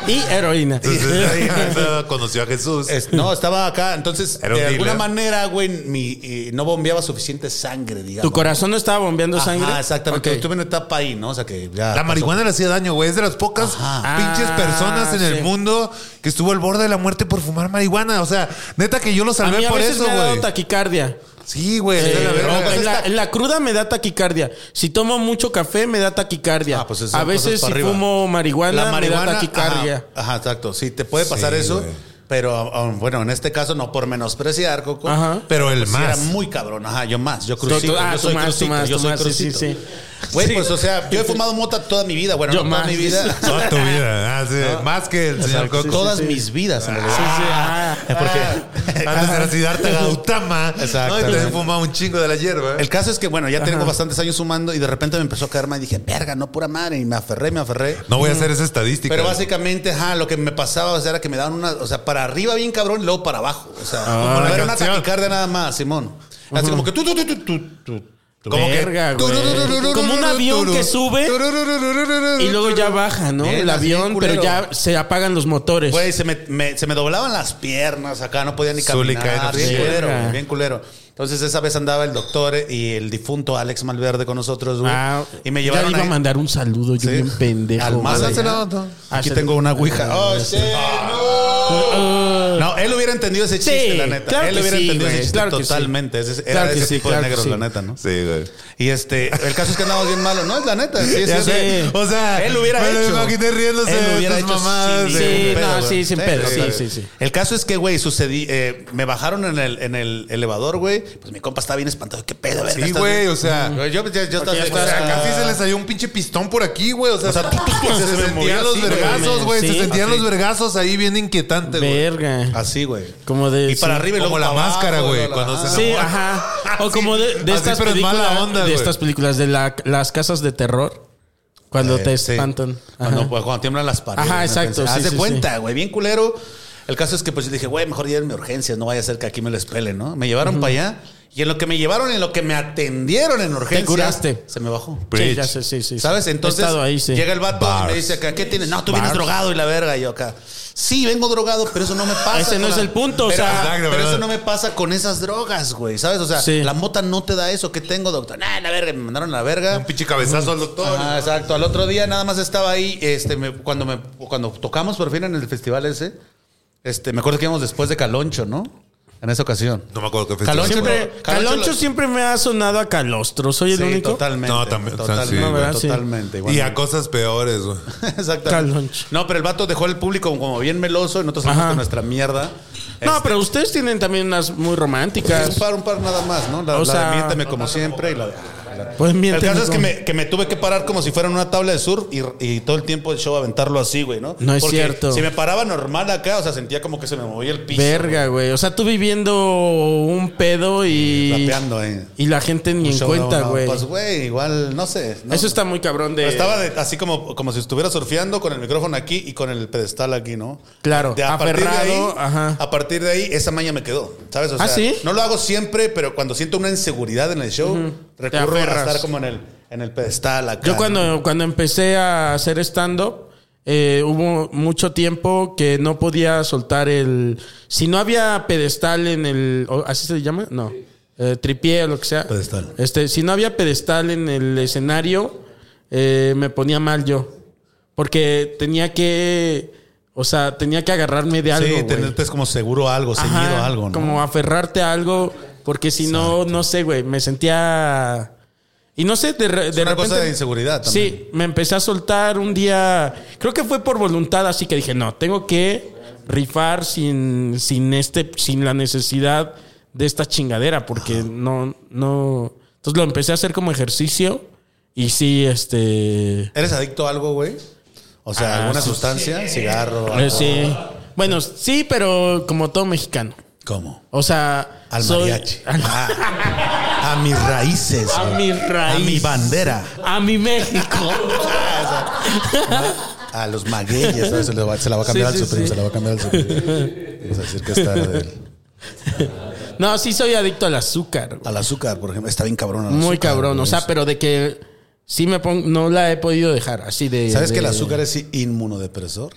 C: Sí. Y heroína.
D: Entonces, ahí, esa conoció a Jesús.
B: Es- no, estaba acá. Entonces,
D: Era un
B: de
D: dealer.
B: alguna manera, güey, mi, eh, no bombeaba suficiente sangre, digamos.
C: ¿Tu corazón no estaba bombeando
B: Ajá,
C: sangre?
B: exactamente.
C: Ok.
B: Estuve en una etapa ahí, ¿no? O sea, que ya.
D: La marihuana le hacía daño, güey. Es de las pocas
B: Ajá.
D: pinches
C: Ah,
D: personas en
C: sí.
D: el mundo que estuvo al borde de la muerte por fumar marihuana. O sea, neta que yo lo
C: A mí
D: salvé
C: a
D: por
C: veces
D: eso,
C: me ha dado
D: güey.
C: taquicardia.
D: Sí, güey.
C: Eh,
D: está de la verga.
C: o en, la, en la cruda me da taquicardia. Si tomo mucho café, me da taquicardia.
B: Ah, pues esas
C: a
B: son cosas
C: veces si
B: para arriba.
C: fumo marihuana,
B: la marihuana.
C: me da taquicardia.
B: Ajá, ajá, exacto. Sí, te puede pasar
D: Sí,
B: eso.
D: güey.
B: Pero ah, bueno, en este caso no por menospreciar, Coco.
C: Ajá.
D: Pero el
B: sí
D: más.
B: era muy cabrón. Ajá, yo más. Yo crucito.
C: tú- ah,
B: yo
C: tú
B: soy
C: más, tú
B: crucito,
C: más,
B: yo
C: tú
B: soy
C: más, sí,
B: crucito.
C: sí, sí.
B: Güey,
C: Sí.
B: pues o sea, yo he fumado mota toda mi vida. Bueno,
C: Yo
B: no toda
C: más.
B: mi vida.
D: Toda tu vida. Ah, sí, Más que el señor
C: Exacto, sí,
D: Coco.
C: sí,
B: todas mis vidas, en realidad.
C: Ah,
B: Porque
D: Antes era Siddhartha Gautama.
B: Exacto.
D: Exacto. No, y también fumaba un chingo de la hierba.
B: El caso es que, bueno, ya tengo bastantes años sumando y de repente me empezó a caer mal y dije, verga, no pura madre. Y me aferré, me aferré.
D: no voy a hacer esa estadística.
B: Pero básicamente, ajá, lo que me pasaba o sea, era que me daban una, o sea, para arriba bien cabrón y luego para abajo. O sea,
D: Ah,
B: como
D: la
B: era una
D: canción.
B: taquicardia nada más, Simón. Así como que tú, tú, tú, tú, tú, tú.
D: Como que-
C: Verga, güey. Como un avión que sube y luego ya baja, ¿no?
B: Bien,
C: El
B: así,
C: avión,
B: culero.
C: pero ya se apagan los motores.
B: Güey, se me, me- se me doblaban las piernas acá, no podía ni
D: Zully
B: caminar.
D: cae en
B: Bien
D: el
C: suelo.
B: culero,
C: Verga.
B: güey, bien culero. Entonces esa vez andaba el doctor y el difunto Alex Malverde con nosotros, güey.
C: Ah,
B: y me llevaron
C: ya le iba
B: ahí.
C: a mandar un saludo, yo
B: Sí.
C: bien pendejo.
B: Al más
C: güey.
B: allá.
C: Ah,
B: Aquí
C: se-
B: tengo una ouija. Oh, sí, no. No, él hubiera entendido ese chiste,
C: Sí,
B: la neta.
C: claro
B: él
C: que
B: hubiera
C: sí,
B: entendido
C: güey,
B: ese chiste
C: claro que sí.
B: totalmente. Ese- Era
C: Claro
B: de
C: que
B: ese
C: sí,
B: tipo
C: claro
B: de
C: que
B: negros,
C: sí.
B: la neta, ¿no?
D: Sí, güey.
B: Y este, el caso es que andamos bien malos, ¿no? Es la neta. Sí,
D: Ya
B: sí,
D: sé.
B: sí.
D: O sea,
B: él hubiera
D: me lo
B: hecho.
D: imaginé riéndose de tus mamadas,
B: sin
C: de-
B: ningún
C: Sí, no,
B: güey.
C: sí, sin pedo, sí,
B: güey.
C: sí, sí.
B: El caso es que, güey, sucedí. eh, me bajaron en el, en el elevador, güey. Pues mi compa estaba bien espantado. ¿Qué pedo, verga?
D: Sí,
B: ¿Estás
D: güey,
B: bien?
D: o sea.
B: Yo, yo, yo, yo estaba-
C: ya
D: O
C: estás
D: sea,
B: Ah.
D: casi se le salió un pinche pistón por aquí, güey. O sea,
B: O sea,
D: se,
B: se me movía
D: sentían los
B: así, güey.
D: vergazos, güey.
C: Sí.
D: Se sentían
B: Así.
D: los vergazos ahí bien inquietante, güey.
C: Verga.
B: Así, güey.
C: Como de.
B: Ah. Y para
C: sí.
B: arriba y luego
D: Como la
B: para abajo,
D: máscara, güey,
B: la-
D: cuando se
B: Ah.
C: Sí, ajá. O
D: Así,
C: como de, de
D: así,
C: estas
D: pero en
C: películas.
D: mala onda,
C: de
D: güey.
C: estas películas de la- las casas de terror. Cuando
B: Eh,
C: te
B: sí.
C: espantan. Ajá.
B: Cuando, pues, cuando tiemblan las paredes.
C: Ajá,
B: ¿no?
C: exacto,
B: Pensé,
C: sí,
B: Haz de
C: sí,
B: cuenta, güey. Bien culero. El caso es que pues yo dije, güey, mejor llévenme a urgencias. No vaya a ser que aquí me les pele, ¿no? Me llevaron para allá. Y en lo que me llevaron, en lo que me atendieron en urgencias.
C: curaste.
B: Se me bajó.
C: Sí,
D: Bridge.
C: ya sé, sí, sí, sí.
B: ¿Sabes?
C: He
B: Entonces
C: estado ahí, sí.
B: llega el vato y
D: Bars.
B: me dice acá, ¿qué tienes? No, tú vienes
C: Bars.
B: drogado y la verga. Y yo acá, sí, vengo drogado, pero eso no me pasa.
C: Ese no
B: con
C: es el punto, o
B: Pero-
C: sea,
B: pero,
D: Exacto,
B: eso
D: ¿verdad?
B: no me pasa con esas drogas, güey. ¿Sabes? O sea,
C: Sí.
B: la mota no te da eso. ¿Qué tengo, doctor? Nah, la verga. Me mandaron a la verga.
D: Un pinche cabezazo al doctor.
B: Ah, exacto. Al otro día nada más estaba ahí, este, me- cuando, me, cuando tocamos por fin en el festival ese, este, me acuerdo que íbamos después de Caloncho, ¿no? En esa ocasión.
D: No me acuerdo qué festival.
B: Caloncho,
C: Siempre,
B: Caloncho
C: Caloncho
B: lo-
C: siempre me ha sonado a Calostro. Soy el
B: Sí,
C: único.
B: totalmente.
D: No, también, o sea,
B: Totalmente,
D: sí, No,
C: ¿verdad? Sí.
B: totalmente.
D: Y
B: igualmente.
D: a cosas peores, güey.
B: Exactamente.
C: Caloncho.
B: No, pero el vato dejó al público como bien meloso y nosotros
C: Ajá.
B: hablamos con nuestra mierda.
C: No,
B: Este,
C: pero ustedes tienen también unas muy
B: Un
C: románticas.
B: par, un par nada más, ¿no? La,
C: O
B: la
C: sea-
B: de miénteme como siempre y la de.
C: Pues
B: El
C: mienten.
B: caso es que me, que me tuve que parar como si fuera en una tabla de surf y, y todo el tiempo el show aventarlo así, güey, ¿no?
C: No es cierto.
B: Si me paraba normal acá, o sea, sentía como que se me movía el piso.
C: Verga, güey. O sea, tú viviendo un pedo y.
B: Rapeando, eh.
C: Y la gente ni
B: Un
C: en
B: show,
C: cuenta,
B: no, no,
C: güey.
B: Pues, güey, igual, no sé. ¿no?
C: Eso está muy cabrón de.
B: Pero estaba de- así como, como si estuviera surfeando con el micrófono aquí y con el pedestal aquí, ¿no?
C: Claro,
B: a partir de
C: aferrado,
B: ahí-
C: ajá.
B: A partir de ahí, esa maña me quedó, ¿sabes? O sea,
C: ¿Ah, sí?
B: No lo hago siempre, pero cuando siento una inseguridad en el show, recurro a
C: aferras.
B: estar como en el, en el pedestal acá.
C: Yo
B: ¿no?
C: cuando, cuando empecé a hacer stand-up, eh, hubo mucho tiempo que no podía soltar el... Si no había pedestal en el... ¿o ¿Así se llama? No. Eh, tripié o lo que sea.
B: Pedestal.
C: Este, si no había pedestal en el escenario, eh, me ponía mal yo. Porque tenía que... O sea, tenía que agarrarme de algo.
B: Sí,
C: güey.
B: tenerte como seguro a algo, ceñido
C: Ajá,
B: a algo, ¿no?
C: Como aferrarte a algo, porque si no, no sé, güey, me sentía... Y no sé, de, re-
B: Es
C: de
B: una
C: repente...
B: cosa de inseguridad también.
C: Sí, me empecé a soltar un día, creo que fue por voluntad, así que dije, no, tengo que rifar sin, sin, este, sin la necesidad de esta chingadera, porque no, no... Entonces lo empecé a hacer como ejercicio y sí, este...
B: ¿Eres adicto a algo, güey? O sea,
C: Ah,
B: alguna
C: sí.
B: sustancia, cigarro.
C: eh,
B: alcohol.
C: sí. Bueno, sí, pero como todo mexicano.
B: ¿Cómo?
C: O sea,
B: Al
C: soy-
B: mariachi. Ah, a mis raíces.
C: A
B: güey.
C: mis
B: A mi
C: raíces.
B: bandera.
C: A mi México.
B: A los magueyes. ¿sabes? Se, le va- se la va a cambiar
C: Sí, sí,
B: al Supremo.
C: sí.
B: Se la va a cambiar al Supremo. Vamos a decir que está del-
C: No, sí soy adicto al azúcar. güey.
B: al azúcar, por ejemplo. Está bien cabrón. al
C: Muy
B: azúcar,
C: cabrón.
B: güey.
C: O sea, pero de que sí me pongo. No la he podido dejar. Así de.
B: ¿Sabes
C: de-
B: que el azúcar es inmunodepresor?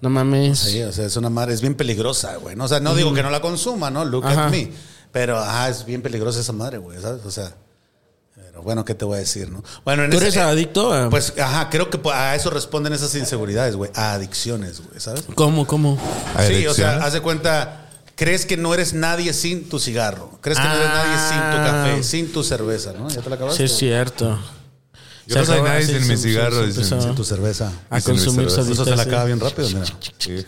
C: No mames.
B: Sí, o sea, es una madre, es bien peligrosa, güey. ¿no? O sea, no digo que no la consuma, ¿no? Look
C: Ajá.
B: at me. Pero, ajá, es bien peligrosa esa madre, güey, ¿sabes? O sea, pero bueno, ¿qué te voy a decir, no? Bueno, en
C: ¿Tú
B: ese-
C: eres adicto a.?
B: Pues, ajá, creo que pues, a eso responden esas inseguridades, güey. A adicciones, güey, ¿sabes?
C: ¿Cómo, cómo?
B: Sí, o sea,
D: Adicciones.
B: haz de cuenta, Crees que no eres nadie sin tu cigarro. Crees que no eres nadie sin tu café, sin tu cerveza, ¿no? ¿Ya te la acabaste?
C: Ah. Sí, es cierto.
D: Yo no soy
C: acabó-
D: nadie
C: sí,
D: sin
C: sí,
D: mis
C: sí,
D: cigarros,
C: sí,
D: dicen,
C: empezó
D: sin
B: Tu cerveza.
C: A
D: sin mis
C: consumir eh.
D: cervezas.
C: solita,
B: Eso se la
C: Ah, sí.
B: acaba bien rápido, mira.
D: Sí.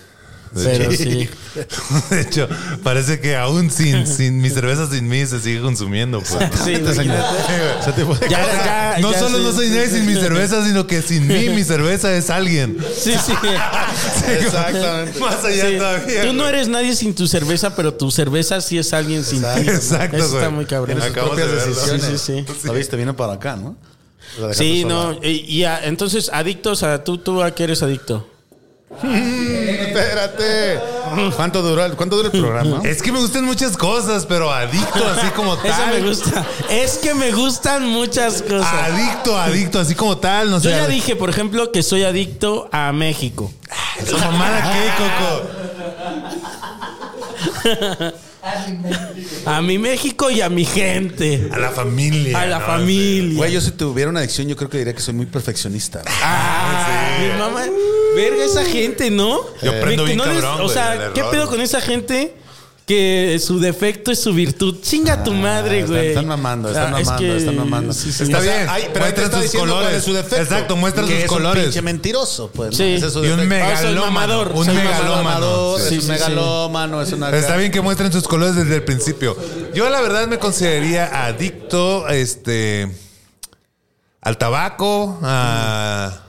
C: Pero sí.
D: De hecho, parece que aún sin, sin mi cerveza, sin mí, se sigue consumiendo. Pues.
C: Sí, güey.
B: Se te fue.
C: Ya,
D: O sea,
C: ya,
D: no
C: ya
D: solo
C: sí.
D: no soy nadie sin mi cerveza, sino que sin mí mi cerveza es alguien.
C: Sí, sí.
B: Exactamente.
D: Más allá
C: Sí.
D: todavía.
C: Tú no
D: güey.
C: eres nadie sin tu cerveza, pero tu cerveza sí es alguien sin ti.
D: Exacto,
C: Eso está
D: güey.
C: muy cabrón.
D: Tienes tus Acabamos
B: propias
D: de verlo.
B: decisiones.
C: Sí, sí, sí.
B: La viste, viene para acá, ¿no? La dejaste
C: Sí,
B: sola.
C: no. Y, y a- entonces, adictos a tú, tú a qué eres adicto.
B: Espérate. ¿Cuánto duró el, cuánto duró el programa?
D: Es que me gustan muchas cosas, pero adicto así como tal.
C: Eso me gusta. Es que me gustan muchas cosas.
D: Adicto, adicto, así como tal. No
C: Yo
D: sé.
C: ya dije, por ejemplo, que soy adicto a México.
D: ¿Esa mamada qué, Coco?
C: A mi México y a mi gente.
D: A la familia.
C: A la
D: ¿no?
C: familia.
B: Güey, yo si tuviera una adicción, yo creo que diría que soy muy perfeccionista.
C: Ah, mi mamá. Verga esa gente, ¿no?
D: Yo prendo
C: Me-
D: bien
C: no les-
D: cabrón,
C: O
D: güey,
C: sea,
D: al error,
C: ¿qué pedo
D: güey.
C: con esa gente? Que su defecto es su virtud. Chinga tu
B: Ah,
C: madre,
B: están-
C: güey. Ah,
B: están mamando, están
C: es
B: mamando, están mamando.
C: Sí, sí.
D: Está
B: O sea,
D: bien.
B: ay, pero
D: muestra
B: te está
D: sus
B: diciendo cuál
D: colores.
B: es su defecto.
D: Exacto, muestra
B: Que
D: sus
B: es
D: colores.
B: Un pinche mentiroso, pues. ¿no?
C: Sí.
B: Ese es su
D: Y un
B: defecto.
C: Ah, soy
D: megalómano.
C: mamador,
D: un
C: soy
D: megalómano.
B: Mamador,
D: Sí.
B: es
C: Sí,
B: un
C: sí, sí.
B: megalómano, es una.
D: Está bien que muestren sus colores desde el principio. Yo la verdad me consideraría adicto este al tabaco, a,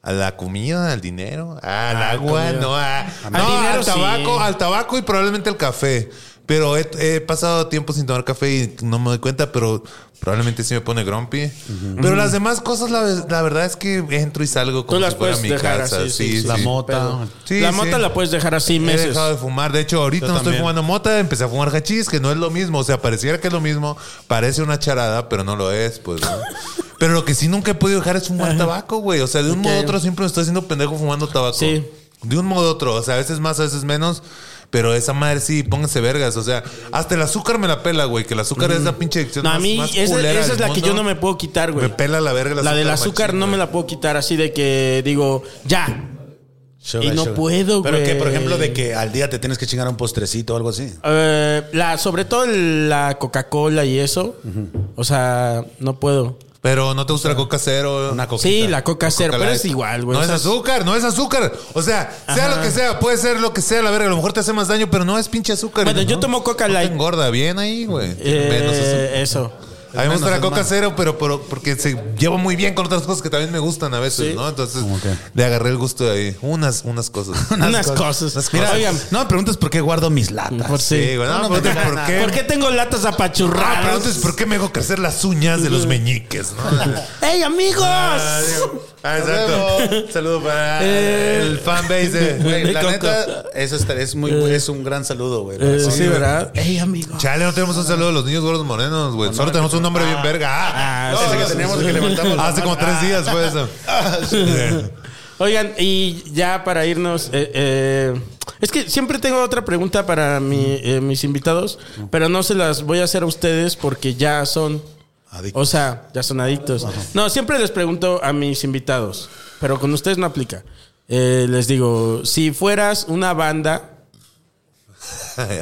D: a la comida, al dinero, al agua,
C: Ah, comida.
D: no, a- no,
C: dinero
D: al tabaco,
C: sí.
D: al tabaco y probablemente al café. Pero he, he pasado tiempo sin tomar café y no me doy cuenta, pero probablemente sí me pone grumpy. Pero las demás cosas, la, ve- la verdad es que entro y salgo como
C: Tú las
D: si fuera
C: puedes
D: mi
C: dejar
D: casa.
C: así, sí,
D: sí,
C: sí,
B: La
D: sí.
B: mota.
C: Pero-
D: Sí,
C: la
D: sí.
C: mota la puedes dejar así
D: He
C: meses.
D: dejado de fumar. De hecho, ahorita
B: Yo
D: no
B: también.
D: estoy fumando mota. Empecé a fumar hachís, que no es lo mismo. O sea, pareciera que es lo mismo. Parece una charada, pero no lo es, pues. ¿no? Pero lo que sí nunca he podido dejar es fumar tabaco, güey. O sea, de un modo u otro siempre me estoy haciendo pendejo fumando tabaco.
C: Sí.
D: De un modo u otro. O sea, a veces más, a veces menos. Pero esa madre sí, pónganse vergas. O sea, hasta el azúcar me la pela, güey. Que el azúcar es la pinche adicción
C: Mm. No, a
D: más-
C: mí
D: más
C: esa,
D: culera
C: esa
D: del
C: es la que yo
D: mundo.
C: no me puedo quitar, güey.
D: Me pela la verga el
C: La del
D: machín,
C: azúcar no
D: güey.
C: me la puedo quitar así de que digo, ya. Y no puedo,
B: Pero
C: güey.
B: que, por ejemplo, de que al día te tienes que chingar un postrecito o algo así.
C: Eh, la, sobre todo la Coca-Cola y eso. O sea, no puedo.
D: Pero no te gusta la coca cero.
B: Una coquita.
C: Sí, la Coca Cero,
D: Coca
C: pero
D: Light.
C: es igual, güey.
D: No es
C: Esas-
D: azúcar, no es azúcar. O sea, sea
C: Ajá.
D: lo que sea, puede ser lo que sea, la verga. A lo mejor te hace más daño, pero no es pinche azúcar.
C: Bueno,
D: Y no,
C: yo tomo Coca
D: no te
C: Light.
D: engorda bien ahí, güey.
C: Eh,
D: Menos azúcar.
C: eso.
D: A mí me gusta
B: menos,
D: la
B: es
D: coca
B: más.
D: cero, pero, pero porque se lleva muy bien con otras cosas que también me gustan a veces,
C: Sí.
D: ¿no? Entonces
B: que?
D: le agarré el gusto de ahí. Unas, unas cosas. Ah,
C: Unas cosas.
B: Mira,
C: Oigan,
B: no me preguntes por qué guardo mis latas.
C: por
D: Sí,
C: sí.
D: güey. No,
B: No, no me
D: preguntes
B: digas
D: por
B: nada.
D: qué.
C: ¿Por qué tengo latas
D: Ah,
C: apachurradas?
D: preguntes por qué me dejo crecer las uñas de los meñiques, ¿no?
C: ¡Ey, amigos!
D: Ah, digo, ah, exacto. Saludo para
C: Eh.
D: el fanbase de. Eh.
B: Güey,
C: De
B: la
C: coca.
B: neta, eso está- es, muy, es un gran saludo, güey.
D: pues,
C: Eh,
B: Sí,
C: sí,
B: güey.
C: ¿verdad? ¡Ey, amigos!
D: Chale, no tenemos un saludo a los niños gordos morenos, güey. Solo tenemos un nombre bien verga. Ah,
C: Ah, sí,
D: no,
C: sí,
D: no,
C: sí,
D: tenemos
C: sí.
D: que levantamos la Hace
B: mano.
D: como tres días fue eso. Eh.
C: Oigan, y ya para irnos, eh, eh, es que siempre tengo otra pregunta para mi- eh, mis invitados, pero no se las voy a hacer a ustedes porque ya son,
B: Adictos.
C: o sea, ya son adictos. No, siempre les pregunto a mis invitados, pero con ustedes no aplica. Eh, les digo, si furas una banda,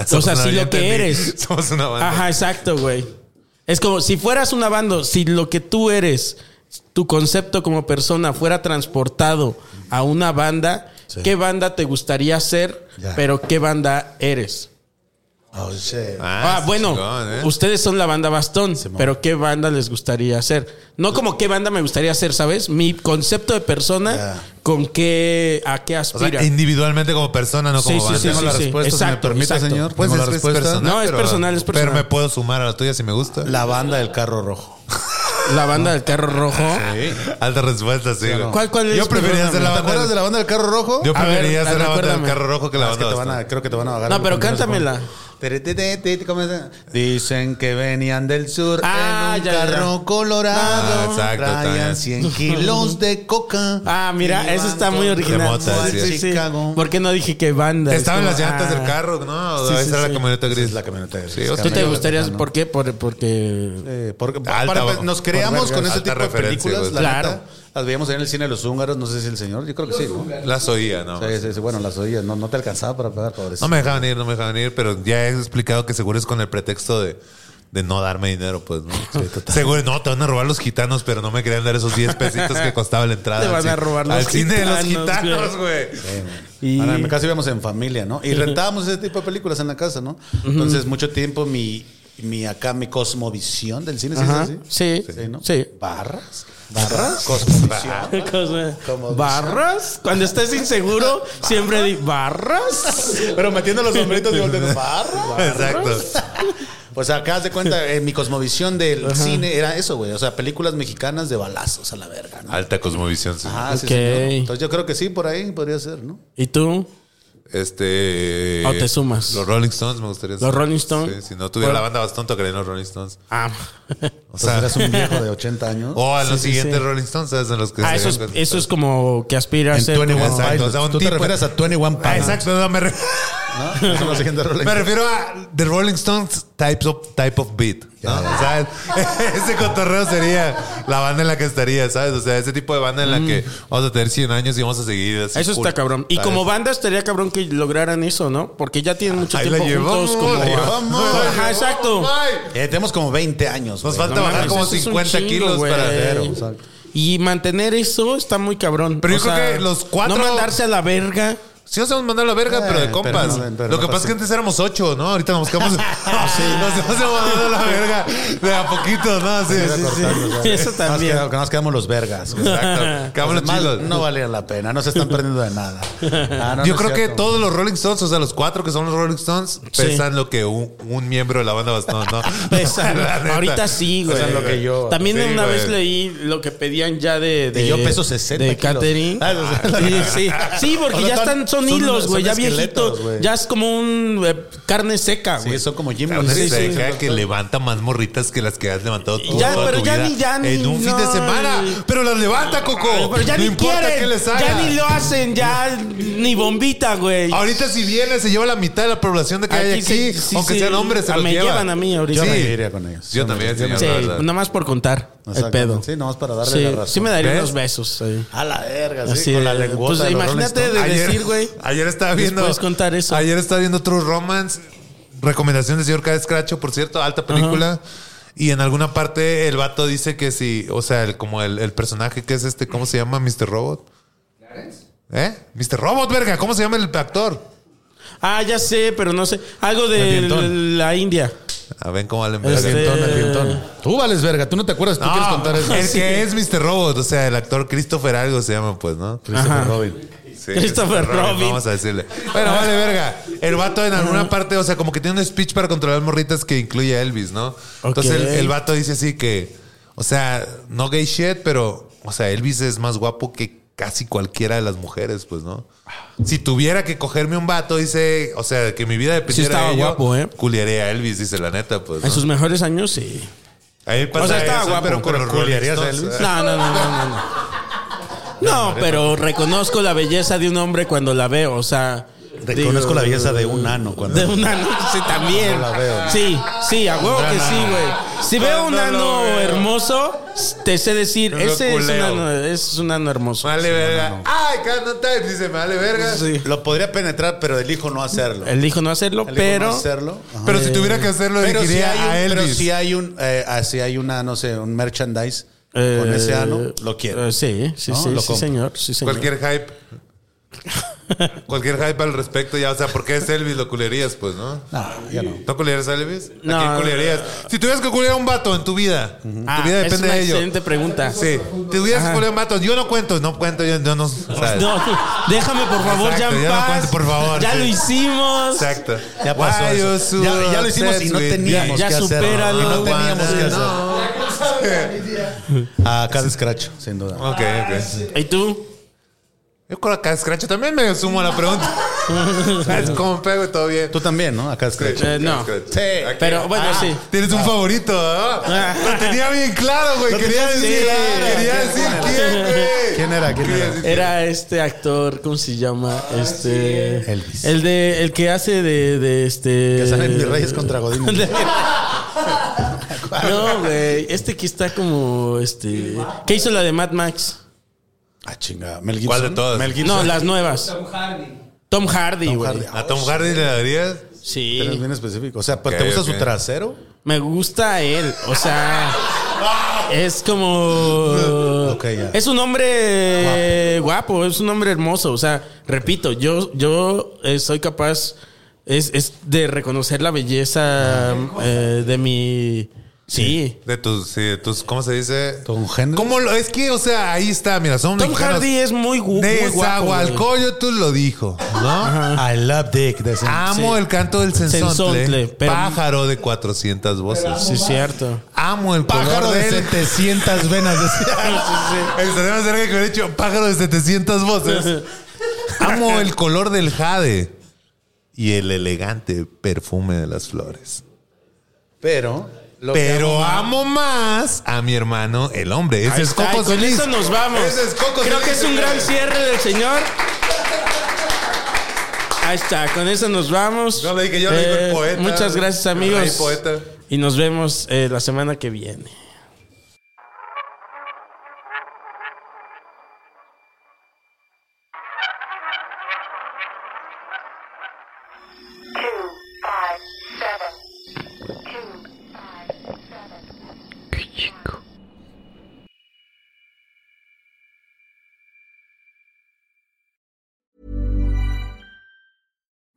D: Somos
C: sea,
D: una-
C: sí
D: ya
C: lo que
D: entendí.
C: eres.
D: Somos una banda.
C: Ajá, exacto, güey. Es como si fueras una banda, si lo que tú eres, tu concepto como persona fuera transportado a una banda, ¿qué banda te gustaría ser?
B: Ya.
C: Pero ¿qué banda eres?
B: Oh, shit.
C: Ah,
D: sí,
C: bueno,
D: chingón, ¿eh?
C: ustedes son la banda Bastón, pero ¿qué banda les gustaría ser? No como qué banda me gustaría ser, ¿sabes? Mi concepto de persona,
B: Ya.
C: con qué, a qué
D: O sea,
C: aspira.
D: individualmente como persona, no como
C: Sí, sí,
D: banda.
C: sí,
B: Tengo
C: sí,
B: la
C: sí.
B: respuesta, si me
C: Exacto,
B: permite,
C: exacto.
B: señor.
D: Pues
B: Tengo
D: es,
B: la
D: es
B: respuesta.
D: personal.
C: No, es
D: pero-
C: personal, es personal.
D: Pero me puedo sumar a la tuya si me gusta.
B: La banda del carro rojo.
C: La banda del carro rojo.
D: Alta respuesta, sí. güey.
C: ¿Cuál- cuál es?
D: Yo preferiría ser la
B: ¿Te acuerdas de
D: banda.
B: la banda del carro rojo?
D: Yo
C: A ver,
D: preferiría ser la banda del
C: recuérdame.
D: carro rojo que la
B: Ah, es que
D: banda.
B: te van a-
D: bastón.
B: creo que te van a bajar.
C: No,
B: el
C: pero
B: contenido,
C: cántamela.
B: supongo. Tere, te, te, te, ¿cómo es? Dicen que venían del sur
C: Ah,
B: en un
C: ya, ya.
B: carro colorado.
D: Ah, exacto,
B: traían
D: también.
B: 100 kilos de coca.
C: Ah, mira, eso está muy original.
D: mota,
B: Porque
D: sí.
C: sí, sí.
B: Chicago.
C: ¿Por qué no dije qué banda?
D: Estaba en
C: Es
D: las
C: como,
D: llantas
C: ah.
D: del carro, ¿no?
C: Sí,
D: Esa
C: sí,
D: era
C: sí.
D: la camioneta gris.
B: la camioneta gris.
D: Sí, o
C: ¿Tú
D: sea,
C: te
B: Camioneta
C: gustaría?
B: gitana.
C: ¿Por qué? Por- porque.
B: Eh, porque
D: Alta,
B: para-
D: güey.
B: nos creamos
D: Por
B: con
D: verga.
B: ese
D: Alta
B: tipo de
D: referencia,
B: películas,
D: güey.
B: la
C: Claro.
B: neta. Las veíamos ahí en el cine de los húngaros, no sé si el señor, yo creo que sí, ¿no?
D: Las oía, ¿no?
B: Sí, sí, sí, bueno, las oías, no, no te alcanzaba para pagar, pobrecito.
D: No me dejaban ir, no me dejaban ir, pero ya he explicado que seguro es con el pretexto de, de no darme dinero, pues, ¿no? seguro, no, te van a robar los gitanos, pero no me querían dar esos 10 pesitos que costaba la entrada.
C: Te
D: al
C: van
D: cine-
C: a robar los
D: Al cine de los
C: gitanos,
D: gitanos, güey.
C: Y-
B: Ahora, Ah, en casi íbamos en familia, ¿no? Y rentábamos ese tipo de películas en la casa, ¿no? Entonces, mucho tiempo mi, mi acá, mi cosmovisión del cine, ¿sí es
C: Ajá.
B: así?
C: Sí.
B: ¿no?
C: Sí.
B: ¿Barras? ¿Barras? Cosmovisión.
C: Cosa-
B: Como-
C: ¿Barras? Cuando estés inseguro, siempre di ¿barras?
B: Pero metiendo los sombreritos y volteando, ¿barras?
D: Exacto.
B: Pues acá haz de cuenta, eh, mi cosmovisión del cine era eso, güey. O sea, películas mexicanas de balazos a la verga, ¿no?
D: Alta cosmovisión, sí.
B: Ah, sí,
C: Ok.
B: señor. Entonces yo creo que sí, por ahí podría ser, ¿no?
C: ¿Y tú?
D: Este.
C: Ah, O te sumas.
D: Los Rolling Stones me gustaría.
C: Los Rolling Stones.
D: Sí, si no tuviera
C: Bueno.
D: la banda bastante, que los Rolling Stones.
C: Ah,
D: O
B: Entonces
D: sea,
B: eras un viejo de 80 años.
D: o a los
C: Sí, sí,
D: siguientes
C: sí.
D: Rolling Stones, ¿sabes? En los que
C: Ah, eso
D: se-
C: es, eso es como que aspira a
B: en
C: ser.
B: 21
C: como-
D: Exacto,
B: Pilots.
D: o sea, un
B: Tú te
D: tipo-
B: refieres a 21 Pilots.
D: Ah, exacto, no, me, re-
B: ¿no? Eso es lo siguiente, Rolling
D: me
B: Stones.
D: refiero a The Rolling Stones types of, type of beat. ¿no? O sea, el- ese cotorreo sería la banda en la que estaría, ¿sabes? O sea, ese tipo de banda en la que vamos a tener 100 años y vamos a seguir así.
C: Mm. Eso está
D: cool,
C: cabrón. Y
D: ¿sabes?
C: como banda estaría cabrón que lograran eso, ¿no? Porque ya tienen mucho
D: Ahí la
C: tiempo juntos.
D: llevamos,
C: como-
D: la llevamos.
C: Ajá, exacto.
D: Ay,
B: Eh, tenemos como 20 años.
D: Nos
B: güey.
D: falta
C: No
D: bajar
C: mames,
D: como
C: eso es un
D: 50 kilos
C: güey.
D: para hacer.
B: exacto.
C: Y mantener eso está muy cabrón.
D: Pero yo creo que los cuatro-
C: No mandarse a la verga.
D: Sí, nos hemos mandado a la verga,
B: Eh,
D: pero de
B: pero
D: compas.
B: no, pero
D: Lo
B: no
D: que pasa es
B: pasa.
D: que antes éramos ocho, ¿no? Ahorita nos buscamos. Nos hemos mandado a la verga de a poquito, ¿no? Sí, sí, sí.
B: Cortando, o sea,
C: Eso
B: nada más
C: también.
B: queda- Que nos quedamos los vergas. güey.
D: Exacto. Quedamos los
B: Los demás
D: chilos.
B: No valía la pena, no se están perdiendo de nada. Ah, no, no
D: Yo
B: es
D: creo que
B: cierto.
D: todos los Rolling Stones, o sea, los cuatro que son los Rolling Stones, pesan lo que un, un miembro de la banda bastón, ¿no?
C: Pesan.
D: La neta.
C: Ahorita sí, güey.
B: Pesan lo que yo.
C: También
D: Sí,
C: una
D: güey.
C: vez leí lo que pedían ya de. de
B: Y yo peso 60
C: De
B: kilos.
C: catering.
B: Ah, o sea,
C: Sí, sí. Sí,
B: O
C: porque
B: sea,
C: ya están, son,
B: son-
C: hilos,
B: son
C: güey. Ya
B: esqueletos,
C: viejitos.
B: güey.
C: Ya es como un eh, carne seca, güey.
B: Sí, son como Jim
D: Una
B: Morrison.
D: seca que levanta más morritas que las que has levantado tú.
C: Ya,
D: toda
C: pero
D: tu
C: ya
D: vida
C: ni- ya ni-
D: En un fin de
C: no,
D: semana.
C: ni-
D: Pero las levanta, Coco.
C: Ay, Ah, Pero ya
D: no
C: ni
D: importa
C: quieren.
D: qué les haga.
C: ya ni lo hacen, ya ni bombita, güey.
D: Ahorita si viene, se lleva la mitad de la población de que hay
C: Aquí sí,
D: aquí.
C: sí,
D: aunque
C: sí.
D: sean hombres, se
C: Ah,
D: los
C: me
D: llevan.
C: llevan a mí ahorita.
B: Yo
D: Sí.
B: me iría con ellos.
D: Yo también, señor,
C: Sí,
D: la verdad.
C: nomás por contar el
B: Exactamente.
C: pedo.
B: Sí, nomás para darle
C: Sí,
B: la razón.
C: sí me daría
D: ¿Ves?
C: unos besos. sí.
B: A la verga, sí,
C: Así
B: con
C: es.
B: la lengua.
C: Pues imagínate de decir, güey.
D: Ayer estaba
C: Les
D: viendo.
C: puedes contar eso.
D: Ayer estaba viendo True Romance. Recomendación de señor K. Scratcho, por cierto, alta película. Y en alguna parte el vato dice que si, o sea, el- como el, el personaje que es este, ¿cómo se llama? Mr. Robot. ¿Eh? Mr. Robot, verga, ¿cómo se llama el actor?
C: Ah, ya sé, pero no sé. Algo de
B: El dientón.
C: la India.
D: A ver cómo valen
C: Este-
D: verga.
B: Tientón, el tientón. Tú vales verga, tú no te acuerdas, tú
D: No,
B: quieres contar eso.
D: el que es Mr. Robot, o sea, el actor Christopher algo se llama, pues, ¿no?
B: Christopher Robin.
D: Sí,
C: Christopher Robin.
D: Vamos a decirle. Bueno, vale, verga. El vato en alguna parte, o sea, como que tiene un speech para controlar morritas que incluye a Elvis, ¿no? Entonces el, el vato dice así que, o sea, no gay shit, pero, o sea, Elvis es más guapo que casi cualquiera de las mujeres, pues, ¿no? Si tuviera que cogerme un vato, dice, o sea, que mi vida dependiera
C: estaba
D: de ello,
C: guapo, ¿eh?
D: culiaría a Elvis, dice la neta, pues. ¿no?
C: En sus mejores años, sí.
D: Ahí pasa
C: O sea, estaba
D: eso,
C: guapo,
D: pero con
C: pero
D: los Rolling
B: culiarías a
D: Stones,
B: Elvis.
D: ¿eh?
C: No, no, no, no, no. no. No, pero reconozco la belleza de un hombre cuando la veo, o sea.
B: Reconozco
C: digo,
B: la belleza de un ano cuando.
C: De un ano, sí, también.
B: Cuando la veo.
C: Sí, sí, a huevo que sí, güey. Si veo un
D: Cuando lo
C: ano
D: veo.
C: hermoso, te sé decir,
D: Lo
C: ese es un
D: culeo.
C: ano, ese es un ano hermoso.
D: Vale, verga. Ay, Canon Type dice, vale, verga.
C: Pues Sí.
B: Lo podría penetrar, pero elijo no hacerlo.
C: Elijo no hacerlo,
B: Elijo
C: pero.
B: no hacerlo. Ajá.
D: Pero si tuviera que hacerlo,
B: Pero si
D: elegiría
B: hay
D: a
B: un,
D: Elvis.
B: pero si hay un, eh, ah, si hay una, no sé, un merchandise
C: eh,
B: con ese ano, lo quiero.
C: eh, sí, sí,
B: ¿No?
C: sí,
B: Lo
C: sí,
B: compro.
C: señor. Sí, señor.
D: Cualquier hype. Cualquier hype al respecto, ya, o sea, porque es Elvis, lo culerías, pues, ¿no?
B: No, ya no.
D: ¿No culerías a Elvis? ¿A
C: No.
D: quién culerías? Si tuvieras que culear a un vato en tu vida,
C: Ah,
D: tu vida
C: es
D: depende
C: una
D: de ello.
C: excelente pregunta.
D: Sí, te tuvieras que culear a un vato, yo no cuento, no cuento, yo, yo no. ¿sabes?
C: No, déjame por favor
D: Exacto,
C: ya en
D: ya no
C: paz.
D: cuente, por favor,
C: Ya
D: sí.
C: lo hicimos.
D: Exacto.
B: Ya pasó
D: Why
B: eso.
D: you so
B: Ya- ya lo hicimos y no
D: obsessed with
B: teníamos
D: me?
C: Ya
B: que hacerlo.
C: supéralo.
B: Y no teníamos que
D: No.
B: hacerlo. Ah, Acá de escracho, sin duda.
D: Ok, ok.
C: ¿Y tú?
D: Yo con acá escracho también me sumo a la pregunta. ¿Sabes cómo pego y todo bien?
B: Tú también, ¿no? Acá de escracho.
C: Eh, no.
D: Sí.
B: Ah,
C: Pero bueno, sí.
D: Tienes un favorito, ¿ah? Lo tenía bien claro, güey.
B: Lo
D: Quería
B: tenías bien
D: decir,
B: claro.
D: quería decir quién, güey.
B: ¿Quién era? ¿Quién
D: Quería
B: era?
D: decir-
C: Era este actor, ¿cómo se llama? Este.
B: Elvis.
C: El de. El que hace de, de este.
B: Que salen mis reyes contra Godín.
C: De- No, güey. Este que está como. Este. ¿Qué hizo la de Mad Max?
B: Ah, chinga. Mel Gibson.
D: ¿Cuál de todas?
B: Mel Gibson.
C: No, las nuevas.
E: Tom Hardy.
C: Tom Hardy,
B: Tom
C: güey.
B: Hardy.
D: ¿A Tom Hardy le darías?
B: Pero es
C: Sí.
B: bien específico. O sea, ¿pero
D: Ok,
B: ¿te gusta
D: ok.
B: su trasero?
C: Me gusta él. O sea. Es como.
B: Ok, ya.
C: Es un hombre guapo. es un hombre hermoso. O sea, repito, yo, yo eh, soy capaz es, es de reconocer la belleza eh, de mi. Sí.
D: De tus, sí, de tus, ¿cómo se dice?
B: Tom Henry.
D: ¿Cómo lo, es que, o sea, ahí está, mira, son
C: Tom Hardy es muy, gu- muy guapo. güey. Ah,
D: tú lo dijo, ¿no?
B: I love dick. de ese-
D: Amo el canto del
C: Sensontle,
D: sensontle,
C: pero-
D: pájaro de 400 voces.
C: Sí, es cierto.
D: Amo el
B: Pájaro
D: color
B: de
D: de él.
B: 700 venas.
D: Estaría más cerca que hubiera dicho pájaro de 700 voces. Amo el color del jade y el elegante perfume de las flores.
B: Pero. lo que
D: Pero amo más a mi hermano, el hombre. Ese
C: Ahí
D: es
C: está,
D: Coco
C: y con
D: Solís.
C: eso nos vamos.
D: Ese es Coco
C: Creo que
D: Solís,
C: es un gran
D: señores.
C: cierre del señor. Ahí está, con eso nos vamos. Eh,
D: No, le dije yo, le digo el poeta.
C: Muchas gracias, amigos.
D: Ay, poeta.
C: Y nos vemos eh, la semana que viene.
A: two five seven two five seven.